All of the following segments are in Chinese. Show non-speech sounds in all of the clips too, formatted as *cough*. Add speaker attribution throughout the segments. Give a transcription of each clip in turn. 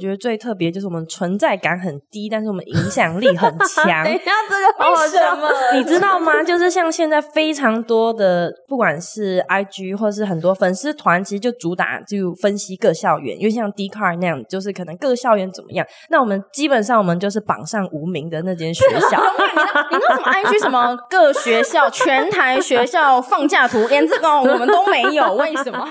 Speaker 1: 我觉得最特别就是我们存在感很低，但是我们影响力很
Speaker 2: *laughs*
Speaker 1: 强
Speaker 2: 等。一下，这个好好笑吗？
Speaker 1: 你知道吗？就是像现在非常多的，不管是 IG 或是很多粉丝团，其实就主打就分析各校园，因为像 d c a r 那样，就是可能各校园怎么样。那我们基本上我们就是榜上无名的那间学
Speaker 2: *laughs*
Speaker 1: 校，
Speaker 2: 你那什么 IG 什么各学校全台学校放假图，连这个我们都没有，为什么？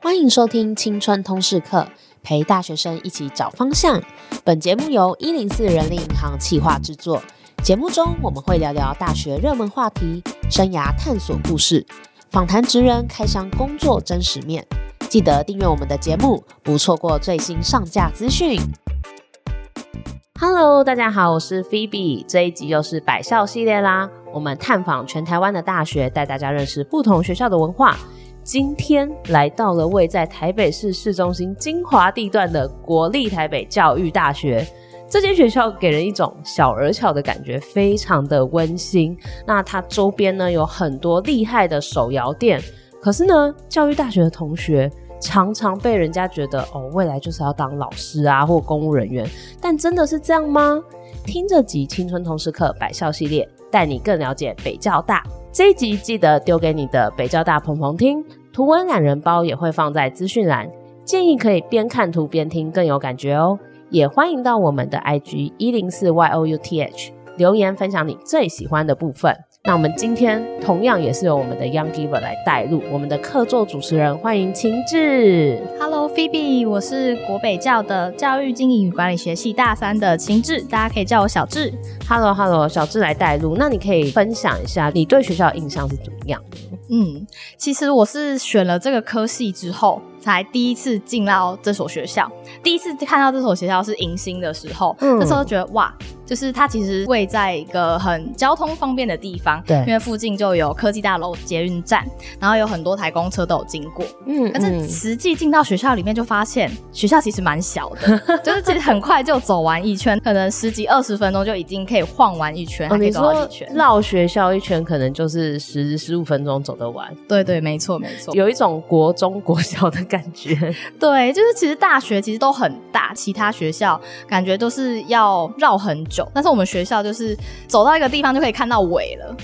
Speaker 3: 欢迎收听《青春通识课》，陪大学生一起找方向。本节目由一零四人力银行企划制作。节目中我们会聊聊大学热门话题、生涯探索故事，访谈职人开箱工作真实面。记得订阅我们的节目，不错过最新上架资讯。Hello，大家好，我是 Phoebe，这一集又是百校系列啦。我们探访全台湾的大学，带大家认识不同学校的文化。今天来到了位在台北市市中心精华地段的国立台北教育大学。这间学校给人一种小而巧的感觉，非常的温馨。那它周边呢有很多厉害的手摇店，可是呢，教育大学的同学常常被人家觉得哦，未来就是要当老师啊或公务人员，但真的是这样吗？听这集《青春同时课》百校系列，带你更了解北教大。这一集记得丢给你的北交大鹏鹏听，图文懒人包也会放在资讯栏，建议可以边看图边听，更有感觉哦。也欢迎到我们的 IG 一零四 youth 留言分享你最喜欢的部分。那我们今天同样也是由我们的 Young Giver 来带路，我们的客座主持人欢迎秦志。
Speaker 4: Hello Phoebe，我是国北教的教育经营与管理学系大三的秦志，大家可以叫我小志。
Speaker 3: Hello Hello，小志来带路，那你可以分享一下你对学校的印象是怎么样？
Speaker 4: 嗯，其实我是选了这个科系之后，才第一次进到这所学校。第一次看到这所学校是迎新的时候，
Speaker 3: 嗯
Speaker 4: 那时候觉得哇，就是它其实位在一个很交通方便的地方，
Speaker 3: 对
Speaker 4: 因为附近就有科技大楼、捷运站，然后有很多台公车都有经过。
Speaker 3: 嗯
Speaker 4: 可是实际进到学校里面，就发现学校其实蛮小
Speaker 3: *laughs*
Speaker 4: 的，就是其实很快就走完一圈，可能十几二十分钟就已经可以晃完一圈，
Speaker 3: 哦，
Speaker 4: 还可以
Speaker 3: 你
Speaker 4: 走到
Speaker 3: 说
Speaker 4: 一圈。
Speaker 3: 绕学校一圈可能就是十十五分钟走得完，
Speaker 4: 对对，没错没错。
Speaker 3: 有一种国中国小的感觉。
Speaker 4: 对，就是其实大学其实都很大，其他学校感觉都是要绕很久，但是我们学校就是走到一个地方就可以看到尾
Speaker 3: *laughs*
Speaker 4: 了。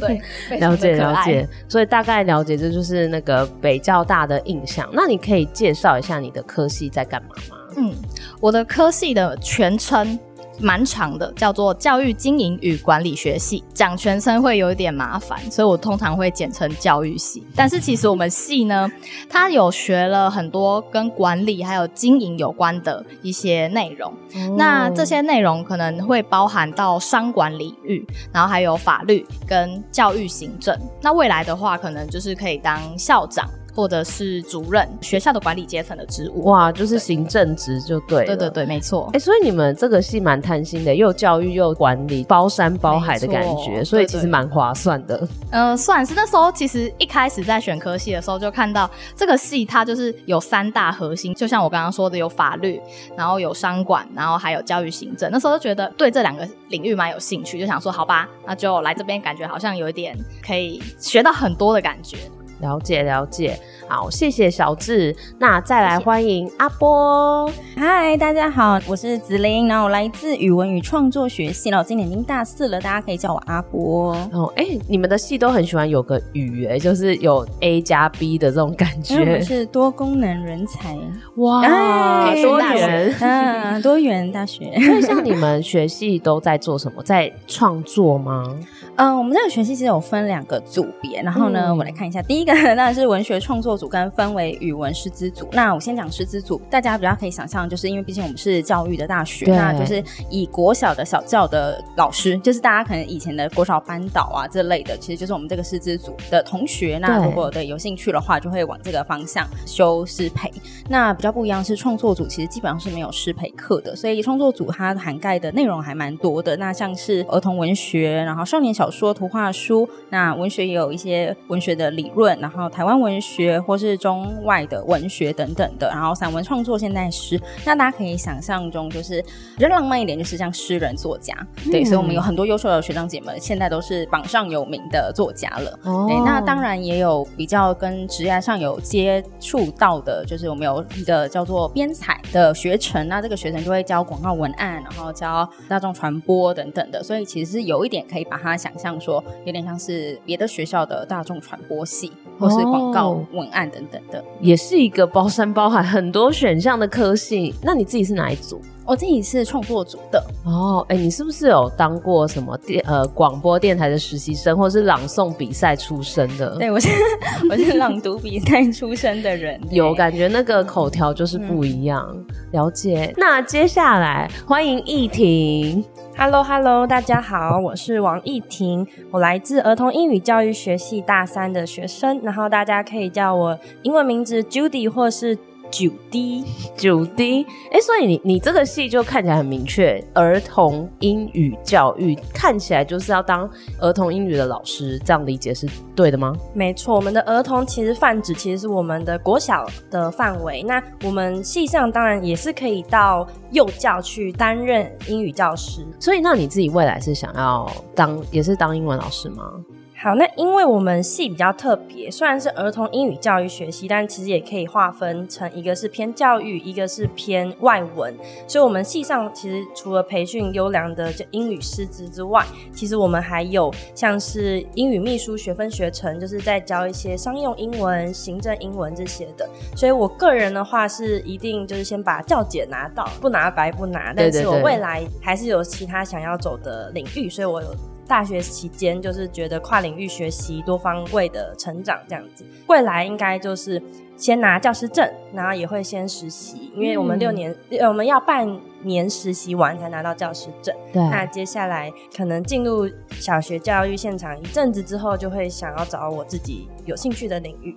Speaker 4: 对， *laughs* 非常
Speaker 3: 了
Speaker 4: 的
Speaker 3: 解
Speaker 4: 可
Speaker 3: 了
Speaker 4: 爱
Speaker 3: 解，所以大概了解这就是那个北交大的印象。那你可以介绍一下你的科系在干嘛吗？
Speaker 4: 嗯，我的科系的全称蛮长的，叫做教育经营与管理学系，讲全称会有一点麻烦，所以我通常会简称教育系。但是其实我们系呢，它有学了很多跟管理还有经营有关的一些内容。
Speaker 3: 哦
Speaker 4: 那这些内容可能会包含到商管领域，然后还有法律跟教育行政。那未来的话，可能就是可以当校长或者是主任，学校的管理阶层的职务。
Speaker 3: 哇，就是行政职就对了。
Speaker 4: 对对。对，没错
Speaker 3: 哎、。所以你们这个系蛮贪心的，又教育又管理，包山包海的感
Speaker 4: 没
Speaker 3: 觉，
Speaker 4: 错
Speaker 3: 所以其实
Speaker 4: 对对
Speaker 3: 蛮划算的。
Speaker 4: 嗯、算是那时候其实一开始在选科系的时候，就看到这个系它就是有三大核心，就像我刚刚说的，有法律，然后有商管，然后还有教育行政。那时候就觉得对这两个领域蛮有兴趣，就想说好吧，那就来这边，感觉好像有一点可以学到很多的感觉。
Speaker 3: 了解了解，好，谢谢小智。那再来
Speaker 2: 谢谢
Speaker 3: 欢迎阿波。
Speaker 5: 嗨，大家好，我是子玲，然后我来自语文与创作学系，然后我今年已经大四了，大家可以叫我阿波。
Speaker 3: 哦，哎、你们的戏都很喜欢有个语、哎，就是有 A 加 B 的这种感
Speaker 5: 因为我们
Speaker 3: 觉，
Speaker 5: 是多功能人才，
Speaker 3: *laughs* 哇，
Speaker 5: 哎
Speaker 3: 多
Speaker 5: 大学
Speaker 3: 元。
Speaker 5: 嗯，多元大学。
Speaker 3: *laughs*
Speaker 5: *laughs*
Speaker 3: 所以像你们学系都在做什么？在创作吗？
Speaker 5: 嗯，我们这个学系其实有分两个组别，然后呢，
Speaker 3: 嗯
Speaker 5: 我来看一下，第一个 *laughs* 呢当然是文学创作组跟氛围语文师资组。那我先讲师资组，大家比较可以想象，就是因为毕竟我们是教育的大学，
Speaker 3: 对
Speaker 5: 那就是以国小的小教的老师，就是大家可能以前的国小班导啊这类的，其实就是我们这个师资组的同学。那
Speaker 3: 对
Speaker 5: 如果对有兴趣的话，就会往这个方向修师培。那比较不一样是创作组，其实基本上是没有师培课的，所以创作组它涵盖的内容还蛮多的。那像是儿童文学，然后少年小小说、图画书。那文学也有一些文学的理论，然后台湾文学或是中外的文学等等的，然后散文创作、现代诗。那大家可以想象中，就是比较浪漫一点，就是像诗人、作家。
Speaker 3: 嗯
Speaker 5: 对，所以我们有很多优秀的学长姐们，现在都是榜上有名的作家了。
Speaker 3: 哦
Speaker 5: 对，那当然也有比较跟职业上有接触到的，就是我们有一个叫做编采的学程，啊那这个学程就会教广告文案，然后教大众传播等等的，所以其实是有一点可以把它想象说，有点像是别的学校的大众传播系，或是广告
Speaker 3: 哦
Speaker 5: 文案等等的。
Speaker 3: 也是一个包山包海很多选项的科系。那你自己是哪一组？
Speaker 5: 我自己是创作组的，
Speaker 3: 哦，哎，你是不是有当过什么电呃广播电台的实习生，或是朗诵比赛出身的？，
Speaker 5: 对我是我是朗读比赛出身的人，
Speaker 3: *laughs*
Speaker 5: 对
Speaker 3: 有感觉那个口条就是不一样。嗯了解。那接下来欢迎易婷，
Speaker 1: Hello Hello，大家好，我是王艺婷，我来自儿童英语教育学系大三的学生，然后大家可以叫我英文名字 Judy 或是九 D。
Speaker 3: 九 D。哎，所以你你这个戏就看起来很明确，儿童英语教育看起来就是要当儿童英语的老师，这样理解是对的吗？
Speaker 1: 没错，我们的儿童其实泛指其实是我们的国小的范围。那我们系上当然也是可以到幼教去担任英语教师。
Speaker 3: 所以，那你自己未来是想要当也是当英文老师吗？
Speaker 1: 好，那因为我们系比较特别，虽然是儿童英语教育学系，但其实也可以划分成一个是偏教育，一个是偏外文。所以，我们系上其实除了培训优良的这英语师资之外，其实我们还有像是英语秘书学分学程，就是在教一些商用英文、行政英文这些的。所以我个人的话是一定就是先把教检拿到，不拿白不拿。
Speaker 3: 对
Speaker 1: 但
Speaker 3: 对
Speaker 1: 是我
Speaker 3: 对
Speaker 1: 未来还是有其他想要走的领域，所以我有大学期间就是觉得跨领域学习、多方位的成长这样子。未来应该就是先拿教师证，然后也会先实习，因为我们六年、呃我们要半年实习完才拿到教师证。
Speaker 3: 对
Speaker 1: 那接下来可能进入小学教育现场一阵子之后，就会想要找我自己有兴趣的领域。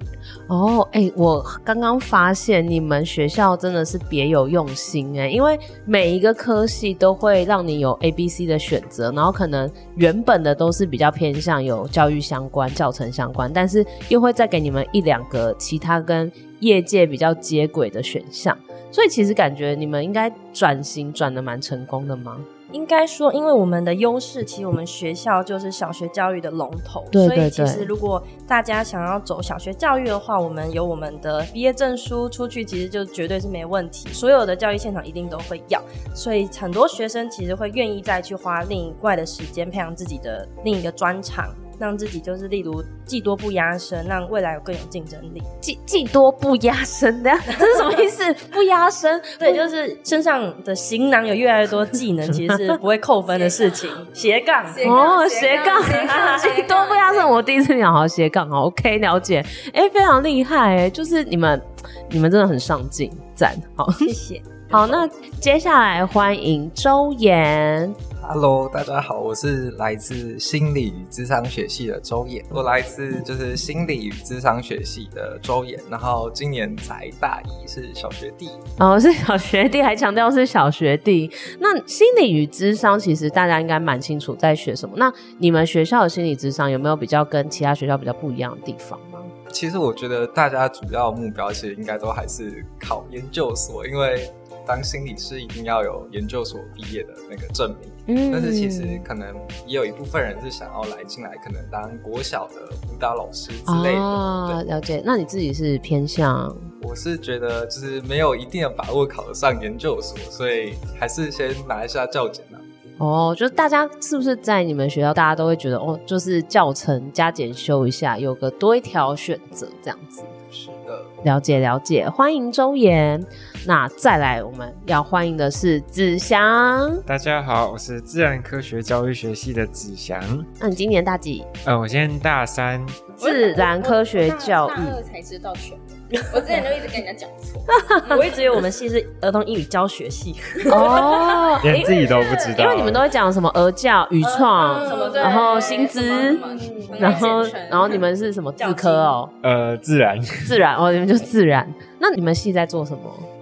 Speaker 3: 哦，哎、我刚刚发现你们学校真的是别有用心哎、因为每一个科系都会让你有 A、B、C 的选择，然后可能原本的都是比较偏向有教育相关、教程相关，但是又会再给你们一两个其他跟业界比较接轨的选项，所以其实感觉你们应该转型转的蛮成功的吗？
Speaker 1: 应该说，因为我们的优势，其实我们学校就是小学教育的龙头，
Speaker 3: 对对
Speaker 1: 所以其
Speaker 3: 对
Speaker 1: 实如果大家想要走小学教育的话，我们有我们的毕业证书出去，其实就绝对是没问题。所有的教育现场一定都会要，所以很多学生其实会愿意再去花另外的时间培养自己的另一个专长，让自己就是例如技多不压身，让未来有更有竞争力。
Speaker 3: 技技多不压身的，这是什么意思？不压身，
Speaker 1: 对，就是身上的行囊有越来越多技能，其实是不会扣分的事
Speaker 3: *laughs*
Speaker 1: 情。斜杠，
Speaker 3: 哦，斜杠， *laughs* 斜多不压身，我第一次聊好斜杠，好 OK，了解，哎、非常厉害、哎，就是你们，你们真的很上进，赞，好，
Speaker 1: 谢谢。
Speaker 3: *laughs* 好，那接下来欢迎周岩，
Speaker 6: Hello，大家好，我是来自心理与智商学系的周衍，我来自就是心理与智商学系的周衍，然后今年才大一，是小学弟。
Speaker 3: 哦，是小学弟，还强调是小学弟。那心理与智商，其实大家应该蛮清楚在学什么。那你们学校的心理智商有没有比较跟其他学校比较不一样的地方吗？
Speaker 6: 其实我觉得大家主要目标其实应该都还是考研究所，因为当心理师一定要有研究所毕业的那个证明。
Speaker 3: 嗯
Speaker 6: 但是其实可能也有一部分人是想要来进来，可能当国小的辅导老师之类的。
Speaker 3: 啊，
Speaker 6: 对，
Speaker 3: 了解。那你自己是偏向
Speaker 6: 我是觉得就是没有一定的把握考得上研究所，所以还是先拿一下教检啊。
Speaker 3: 哦，就是大家是不是在你们学校，大家都会觉得哦，就是教程加减修一下，有个多一条选择这样子。
Speaker 6: 是的，
Speaker 3: 了解了解，欢迎周岩。那再来，我们要欢迎的是子祥。
Speaker 7: 大家好，我是自然科学教育学系的子祥。
Speaker 3: 那你今年大几？
Speaker 7: 呃，我现在大三，
Speaker 3: 自然科学教育
Speaker 5: 大二才知道
Speaker 3: *laughs*
Speaker 5: 全名，我之前就一直跟人家讲错。
Speaker 1: *laughs* 我一直以为我们系是儿童英语教学系，
Speaker 7: *laughs*
Speaker 3: 哦
Speaker 7: 连自己都不知道，
Speaker 3: 因为你们都会讲什么儿教、语创，
Speaker 5: 什嗯么对
Speaker 3: 嗯然后薪
Speaker 5: 什
Speaker 3: 资嗯
Speaker 5: 么什么，
Speaker 3: 然后
Speaker 5: 简称
Speaker 3: 然后你们是什么自科哦，
Speaker 7: 呃自然，
Speaker 3: 自然哦，你们就自然。那你们系在做什么？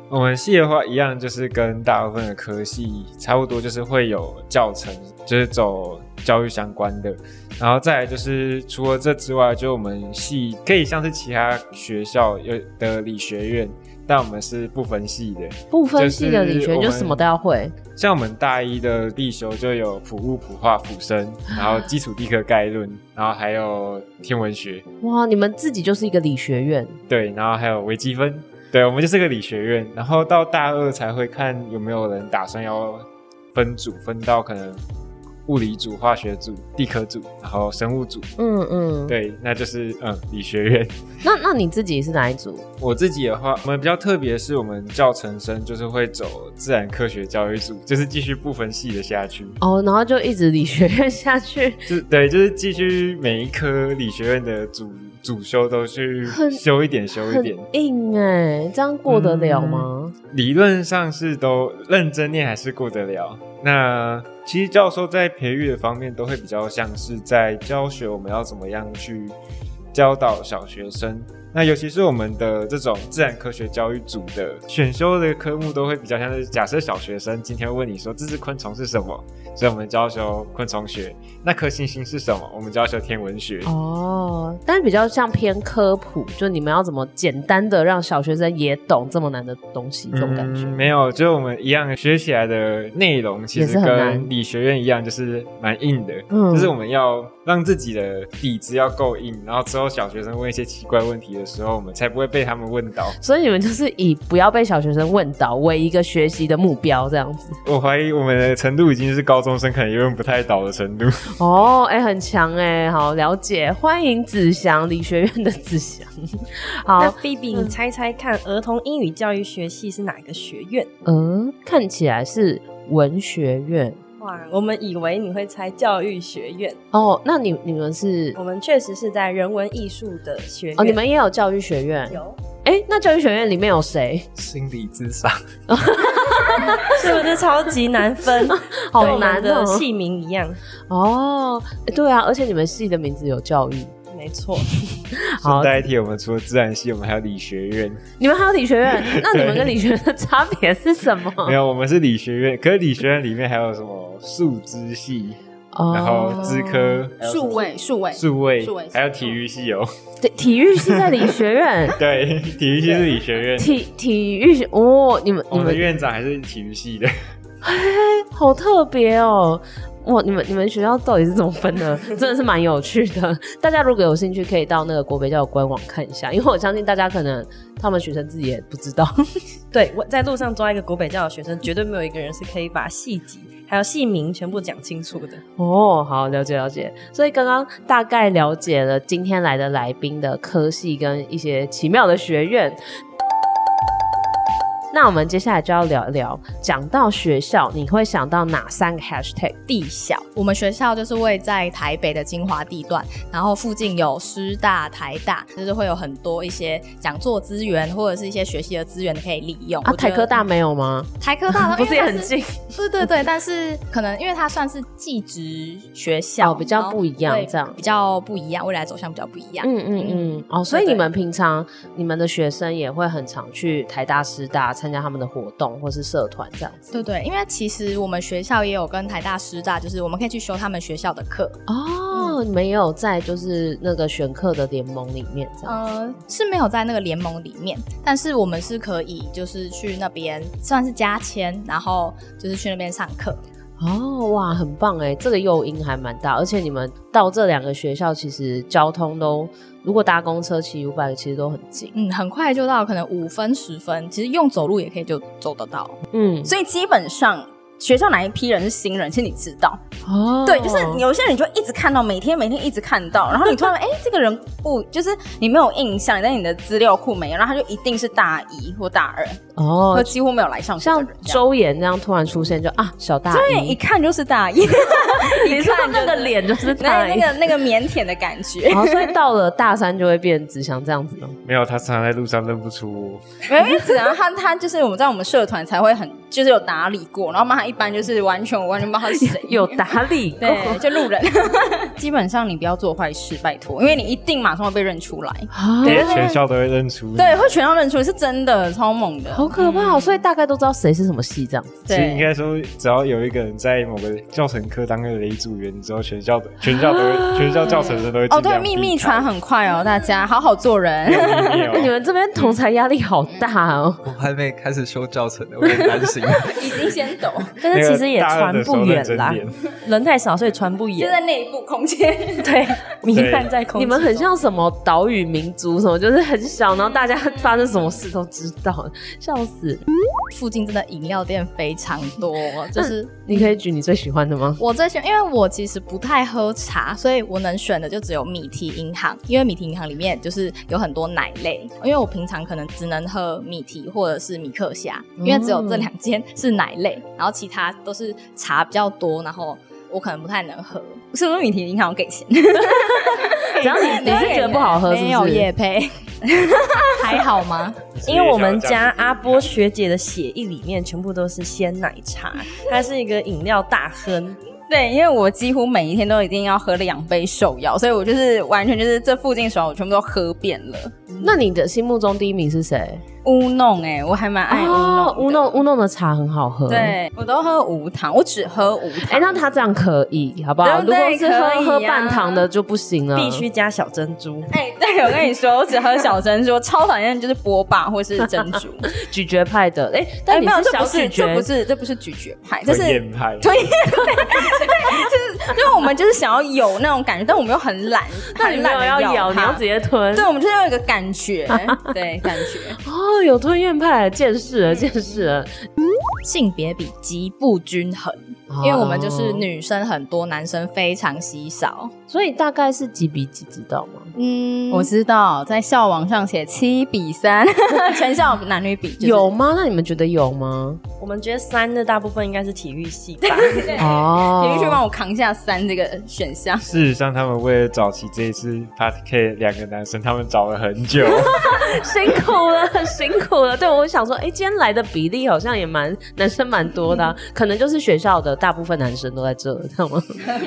Speaker 7: 我们系的话，一样就是跟大部分的科系差不多，就是会有教程，就是走教育相关的。然后再来就是除了这之外，就我们系可以像是其他学校有的理学院，但我们是不分系的。
Speaker 3: 不分系的理学
Speaker 7: 就是我
Speaker 3: 就
Speaker 7: 们
Speaker 3: 什么都要会，
Speaker 7: 像我们大一的必修就有普物、普化、普生，然后基础地科概论，然后还有天文学，
Speaker 3: 哇！你们自己就是一个理学院，
Speaker 7: 对，然后还有微积分，对我们就是个理学院，然后到大二才会看有没有人打算要分组，分到可能物理组、化学组、地科组，然后生物组，
Speaker 3: 嗯嗯。
Speaker 7: 对，那就是嗯理学院。
Speaker 3: 那那你自己是哪一组？
Speaker 7: 我自己的话，我们比较特别是我们教程生就是会走自然科学教育组，就是继续不分系的下去，
Speaker 3: 哦，然后就一直理学院下去，
Speaker 7: 就是对，就是继续每一科理学院的主主修都去
Speaker 3: 很
Speaker 7: 修一点修一
Speaker 3: 很
Speaker 7: 点，
Speaker 3: 硬哎、这样过得了吗？
Speaker 7: 理论上是都认真念还是过得了。那其实教授在培育的方面都会比较像是在教学我们要怎么样去教导小学生。那尤其是我们的这种自然科学教育组的选修的科目，都会比较像是假设小学生今天问你说这只昆虫是什么，所以我们就要修昆虫学；那颗星星是什么，我们就要修天文学。
Speaker 3: 哦，但是比较像偏科普，就你们要怎么简单的让小学生也懂这么难的东西，这种感觉。
Speaker 7: 嗯、没有，就我们一样学起来的内容，其
Speaker 3: 也是
Speaker 7: 实
Speaker 3: 很难
Speaker 7: 跟理学院一样，就是蛮硬的。
Speaker 3: 嗯
Speaker 7: 就是我们要让自己的底子要够硬，然后之后小学生问一些奇怪问题的时候，我们才不会被他们问到。
Speaker 3: 所以你们就是以不要被小学生问倒为一个学习的目标，这样子。
Speaker 7: 我怀疑我们的程度已经是高中生可能也问不太倒的
Speaker 3: *laughs*
Speaker 7: 程度。
Speaker 3: 哦，哎、很强哎、好了解，欢迎子祥理学院的子祥。
Speaker 1: 那
Speaker 3: 好，
Speaker 1: 菲比，你猜猜看，儿童英语教育学系是哪个学院？
Speaker 3: 嗯，看起来是文学院
Speaker 1: 哇，我们以为你会猜教育学院，
Speaker 3: 哦。那你你们是
Speaker 1: 我们确实是在人文艺术的学院。
Speaker 3: 哦，你们也有教育学院？
Speaker 1: 有
Speaker 3: 哎、那教育学院里面有
Speaker 7: *laughs*
Speaker 3: 谁？
Speaker 6: 心理智商， *laughs*
Speaker 1: 是不是超级难
Speaker 3: *laughs*
Speaker 1: 分？跟
Speaker 3: 好
Speaker 1: 我
Speaker 3: 难
Speaker 1: 们
Speaker 3: 哦
Speaker 1: 的、戏名一样，
Speaker 3: 哦，对啊，而且你们系的名字有教育。
Speaker 1: 没错。
Speaker 3: 好
Speaker 7: 顺带一提，我们除了自然系，我们还有理学院。
Speaker 3: 你们还有理学院？
Speaker 7: *laughs*
Speaker 3: 那你们跟理学院的差别是什么？
Speaker 7: 没有，我们是理学院，可是理学院里面还有什么树枝系，
Speaker 3: 哦，
Speaker 7: 然后资科、
Speaker 5: 数位数位
Speaker 7: 数位
Speaker 5: 数位，系
Speaker 7: 还有体育系哦。
Speaker 3: 对体育系在理学
Speaker 7: *laughs*
Speaker 3: 院， *laughs*
Speaker 7: 对，体育系是理学院。
Speaker 3: 体体育系哦，你们
Speaker 7: 我
Speaker 3: 你
Speaker 7: 们的
Speaker 3: 们
Speaker 7: 院长还是体育系的， *laughs*
Speaker 3: 好特别哦。哇，你们你们学校到底是怎么分的？ *laughs* 真的是蛮有趣的。大家如果有兴趣，可以到那个国北教育官网看一下，因为我相信大家可能他们学生自己也不知道。 *laughs*
Speaker 1: 对我在路上抓一个国北教的学生，绝对没有一个人是可以把戏集还有戏名全部讲清楚的。
Speaker 3: 哦，好，了解了解。所以刚刚大概了解了今天来的来宾的科系跟一些奇妙的学院。那我们接下来就要聊一聊，讲到学校，你会想到哪三个 hashtag？
Speaker 4: 地小，我们学校就是位在台北的精华地段，然后附近有师大、台大，就是会有很多一些讲座资源或者是一些学习的资源可以利用。
Speaker 3: 啊，
Speaker 4: 我觉
Speaker 3: 台
Speaker 4: 得
Speaker 3: 科大没有吗？
Speaker 4: 台科
Speaker 3: *laughs*
Speaker 4: 大
Speaker 3: 不是也很
Speaker 4: 近。
Speaker 3: 近？
Speaker 4: 对对对，但是可能因为它算是技职学校，
Speaker 3: 哦比较
Speaker 4: 然后
Speaker 3: 不一样
Speaker 4: 对
Speaker 3: 这样
Speaker 4: 比较不一样，未来走向比较不一样。
Speaker 3: 嗯嗯嗯。哦，所以
Speaker 4: 对
Speaker 3: 你们平常你们的学生也会很常去台大、师大参加他们的活动或是社团这样子。
Speaker 4: 对对，因为其实我们学校也有跟台大、师大，就是我们可以去修他们学校的课，
Speaker 3: 哦，你们也有在就是那个选课的联盟里面这样子。
Speaker 4: 呃，是没有在那个联盟里面，但是我们是可以就是去那边算是加签，然后就是去那边上课。
Speaker 3: 哦，哇，很棒哎，这个诱因还蛮大，而且你们到这两个学校，其实交通都，如果搭公车骑五百，其实都很近。
Speaker 4: 嗯，很快就到，可能五分十分，其实用走路也可以就走得到。
Speaker 3: 嗯，
Speaker 5: 所以基本上。学校哪一批人是新人，是你知道，
Speaker 3: 哦
Speaker 5: 对，就是有些人你就一直看到，每天每天一直看到，然后你突然哎、这个人不，就是你没有印象，但你的资料库没有，然后他就一定是大一或大二，或
Speaker 3: 哦，
Speaker 5: 几乎没有来上学的
Speaker 3: 像
Speaker 5: 人这样。
Speaker 3: 周岩那样突然出现就，啊，小大
Speaker 5: 对，一
Speaker 3: 一，
Speaker 5: 看就是大一，
Speaker 3: 你
Speaker 5: 一
Speaker 3: 说 *laughs*
Speaker 5: 看
Speaker 3: 那个
Speaker 5: 就是
Speaker 3: 脸就是
Speaker 5: 那
Speaker 3: 大
Speaker 5: 那
Speaker 3: 一。
Speaker 5: 个那个腼腆的
Speaker 3: *laughs*
Speaker 5: 感 *laughs* 觉，
Speaker 3: 哦，所以到了大三就会变只想这样
Speaker 5: *laughs*
Speaker 3: 子吗？
Speaker 7: 没有，他常常在路上认不出我。
Speaker 5: 没有，因为只能他他就是我们在我们社团才会很就是有打理过，然后骂他一般就是完全我完全不知道他是谁， *laughs*
Speaker 3: 有打理过，
Speaker 5: 对，就路人。 *laughs* 基本上你不要做坏事，拜托，因为你一定马上会被认出来。
Speaker 3: 啊
Speaker 1: 哦
Speaker 7: 连全校都会认出你。
Speaker 5: 对，会全校认出，是真的，超猛的。
Speaker 3: 好可怕、哦！所以大概都知道谁是什么系这样子。
Speaker 7: 其实应
Speaker 5: 对，
Speaker 7: 该说，只要有一个人在某个教程课当个雷组员之后，全校的全校都
Speaker 1: 啊
Speaker 7: 会，全校教程生都会
Speaker 5: 哦，
Speaker 7: 尽量
Speaker 5: 对，秘密
Speaker 7: 避开
Speaker 5: 传很快哦，大家好好做人。
Speaker 1: *laughs*
Speaker 7: 秘密哦
Speaker 5: 嗯
Speaker 3: 那你们这边同才压力好大哦。
Speaker 6: 我还没开始修教程呢，我有点担
Speaker 3: *laughs*
Speaker 6: 心。
Speaker 5: *laughs* 已经先 *laughs* 抖，
Speaker 1: 但
Speaker 7: 那
Speaker 1: 是
Speaker 7: 个
Speaker 1: 其实也
Speaker 7: 大二
Speaker 1: 传
Speaker 7: 的时候
Speaker 1: 不远
Speaker 7: 认真
Speaker 1: 啦，
Speaker 7: 点
Speaker 1: 人太少，所以传不
Speaker 5: 就
Speaker 1: 远。
Speaker 5: 在内部空间。
Speaker 1: 对，弥漫在空气中。
Speaker 3: 你们很像什么岛屿民族什么，就是很小，然后大家发生什么事都知道，笑死！
Speaker 4: 附近真的饮料店非常多，就是
Speaker 3: 你可以举你最喜欢的吗？
Speaker 4: 我最喜欢，因为我其实不太喝茶，所以我能选的就只有米提银行，因为米提银行里面就是有很多奶类，因为我平常可能只能喝米提或者是米克虾，因为只有这两间是奶类，然后其他都是茶比较多，然后我可能不太能喝。
Speaker 5: 是不是米婷银行有给钱？哎
Speaker 3: 只要 *laughs* 你你是觉得不好喝，是
Speaker 4: 没有
Speaker 3: 不是？
Speaker 4: 夜配，还好吗？
Speaker 1: *laughs* 因为我们家阿波学姐的血液里面全部都是鲜奶茶，它是一个饮料大亨。
Speaker 5: *laughs* 对，因为我几乎每一天都一定要喝两杯手摇，所以我就是完全就是这附近手摇我全部都喝遍了。
Speaker 3: 那你的心目中第一名是谁？
Speaker 5: 乌弄哎、我还蛮爱乌弄的、
Speaker 3: 乌弄乌弄的茶很好喝。。
Speaker 5: 对我都喝无糖，我只喝无糖。
Speaker 3: 哎、那他这样可以，好不好？
Speaker 5: 对
Speaker 3: 如
Speaker 5: 不对
Speaker 3: 果是
Speaker 5: 可
Speaker 3: 喝
Speaker 5: 以啊
Speaker 3: 喝
Speaker 5: 呀
Speaker 3: 半糖的就不行
Speaker 7: 嗯
Speaker 3: 了，
Speaker 1: 必须加小珍珠。
Speaker 5: 哎、对我跟你说，我只喝小珍珠，我超讨厌就是波霸或是珍 *laughs* 珠。
Speaker 3: 咀嚼派的。哎、
Speaker 5: 哎
Speaker 3: 但你
Speaker 5: 没有，这
Speaker 3: 小
Speaker 5: 不
Speaker 3: 咀
Speaker 5: 是，
Speaker 3: 嚼，
Speaker 5: 这不是，这不是咀嚼派，这
Speaker 7: 这
Speaker 5: 是
Speaker 7: 是
Speaker 5: 因
Speaker 7: 燕派，
Speaker 5: 为我们就是想要有那种感觉，但我们又很懒，
Speaker 3: *laughs* 那你
Speaker 5: 很
Speaker 3: 没有
Speaker 5: 懒
Speaker 3: 要
Speaker 5: 得
Speaker 3: 咬，你
Speaker 5: 它
Speaker 3: 要直接吞。
Speaker 5: 对，我们就是要有一个感觉，
Speaker 3: *laughs*
Speaker 5: 对，感觉。
Speaker 3: 哦，有吞燕派，见识了，见识了。
Speaker 4: 性别比极不均衡，因
Speaker 5: 哦
Speaker 4: 为我们
Speaker 3: 哦
Speaker 4: 就是女生很多，男生非常稀少。
Speaker 3: 所以大概是几比几，知道吗？
Speaker 4: 嗯，
Speaker 5: 我知道，在校网上写七比三， *laughs* 全校男女比、就是
Speaker 3: 有吗？那你们觉得有吗？
Speaker 1: 我们觉得三的大部分应该是体育系吧，
Speaker 3: 哦
Speaker 5: 体育学帮我扛下三这个选项。
Speaker 7: 事实上，他们为了找齐这一次 Part K 两个男生，他们找了很久。 *laughs*
Speaker 3: 辛苦了，辛苦了。对，我想说，哎、今天来的比例好像也蛮男生蛮多的啊、
Speaker 1: 嗯
Speaker 3: 可能就是学校的大部分男生都在这，知道吗？
Speaker 1: *laughs*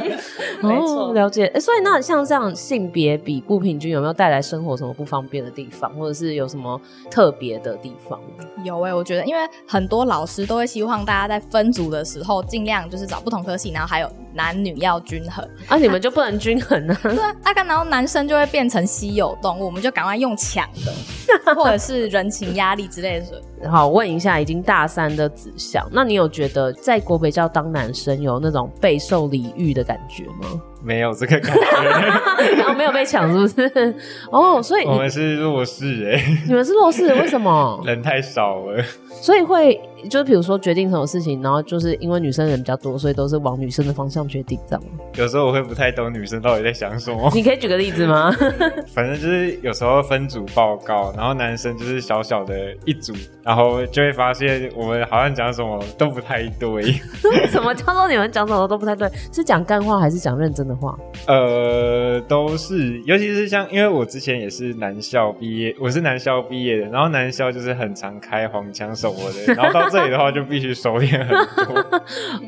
Speaker 1: 没错
Speaker 3: 哦了解、诶所以那像这样性别比不平均，有没有带来生活什么不方便的地方，或者是有什么特别的地方？
Speaker 4: 有诶、我觉得，因为很多老师都会希望大家在分组的时候，尽量就是找不同科系，然后还有男女要均衡。
Speaker 3: 啊，你们就不能均衡啊？
Speaker 1: *laughs*
Speaker 4: 对啊，大概然后男生就会变成稀有动物，我们就赶快用抢的， *laughs* 或者是人情压力之类的。
Speaker 3: 好，问一下，已经大三的子祥，那你有觉得在国北教当男生有那种备受礼遇的感觉
Speaker 1: *laughs*
Speaker 3: 吗？
Speaker 7: 没有这个感觉，
Speaker 3: 然后没有被抢，是不是？哦，所以
Speaker 7: 我
Speaker 3: 你
Speaker 7: 们是弱势哎、
Speaker 3: 你们是弱势，为什 *laughs* 么？
Speaker 7: 人太少了。
Speaker 3: 所以会就是比如说决定什么事情，然后就是因为女生人比较多，所以都是往女生的方向决定，这样吗。
Speaker 7: 有时候我会不太懂女生到底在想
Speaker 3: *laughs*
Speaker 7: 什么。
Speaker 3: 你可以举个例子吗？
Speaker 7: 反正就是有时候分组报告，然后男生就是小小的一组，然后就会发现我们好像讲什么都不太对。
Speaker 3: *laughs*
Speaker 7: *laughs*
Speaker 3: 什么叫做你们讲什么都不太对？是讲干话还是讲认真的话？
Speaker 7: 呃，都是，尤其是像，因为我之前也是男校毕业，我是男校毕业的，然后男校就是很常开黄腔什么
Speaker 3: *laughs*
Speaker 7: 的，然后到这里的话就必须收敛很多，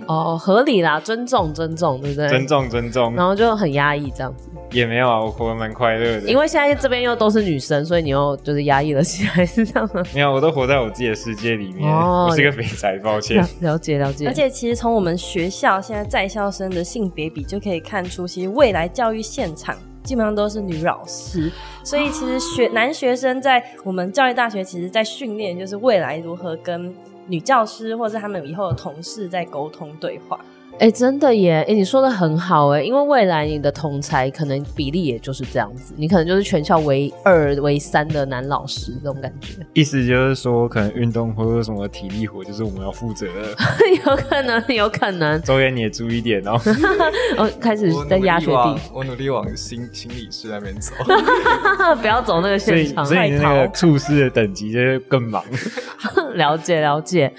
Speaker 3: 哦，合理啦，尊重尊重， *laughs* 对不对？
Speaker 7: 尊重尊重
Speaker 3: 然，后就很压抑这样子，
Speaker 7: 也没有啊，我活得蛮快乐
Speaker 3: 因
Speaker 7: 的，
Speaker 3: 为现在这边又都是女生，所以你又就是压抑了起来，是这样吗？
Speaker 7: 没有，我都活在我自己的世界里面，
Speaker 3: 哦
Speaker 7: 我是个肥宅，抱歉
Speaker 3: 了， *laughs* 了解了解，
Speaker 1: 而且其实从我们学校现在在校生的性别比就可以看出，其实未来教育现场。基本上都是女老师，
Speaker 4: *laughs*
Speaker 1: 所以其实学男学生在我们教育大学，其实在训练就是未来如何跟女教师或者他们以后的同事在沟通对
Speaker 4: *laughs*
Speaker 1: 话。
Speaker 3: 哎、真的耶！哎、你说的很好哎，因为未来你的同才可能比例也就是这样子，你可能就是全校唯二、唯三的男老师这种感觉， *laughs*
Speaker 7: 意思就是说，可能运动或者什么体力活，就是我们要负责的，
Speaker 3: 有可能，有可能。
Speaker 7: 周岩你也注意点
Speaker 5: *laughs*
Speaker 7: 哦，
Speaker 3: 哦，开始
Speaker 6: 我
Speaker 3: 在
Speaker 6: 努
Speaker 3: 压
Speaker 6: 力
Speaker 3: 学弟
Speaker 6: 往，我努力往心心理师那边走。
Speaker 3: *laughs*
Speaker 6: *laughs*
Speaker 3: 不要走那个
Speaker 7: 所以
Speaker 3: 现场，
Speaker 7: 所以你那个处事的等级就是更忙，
Speaker 3: *laughs* 了解了解，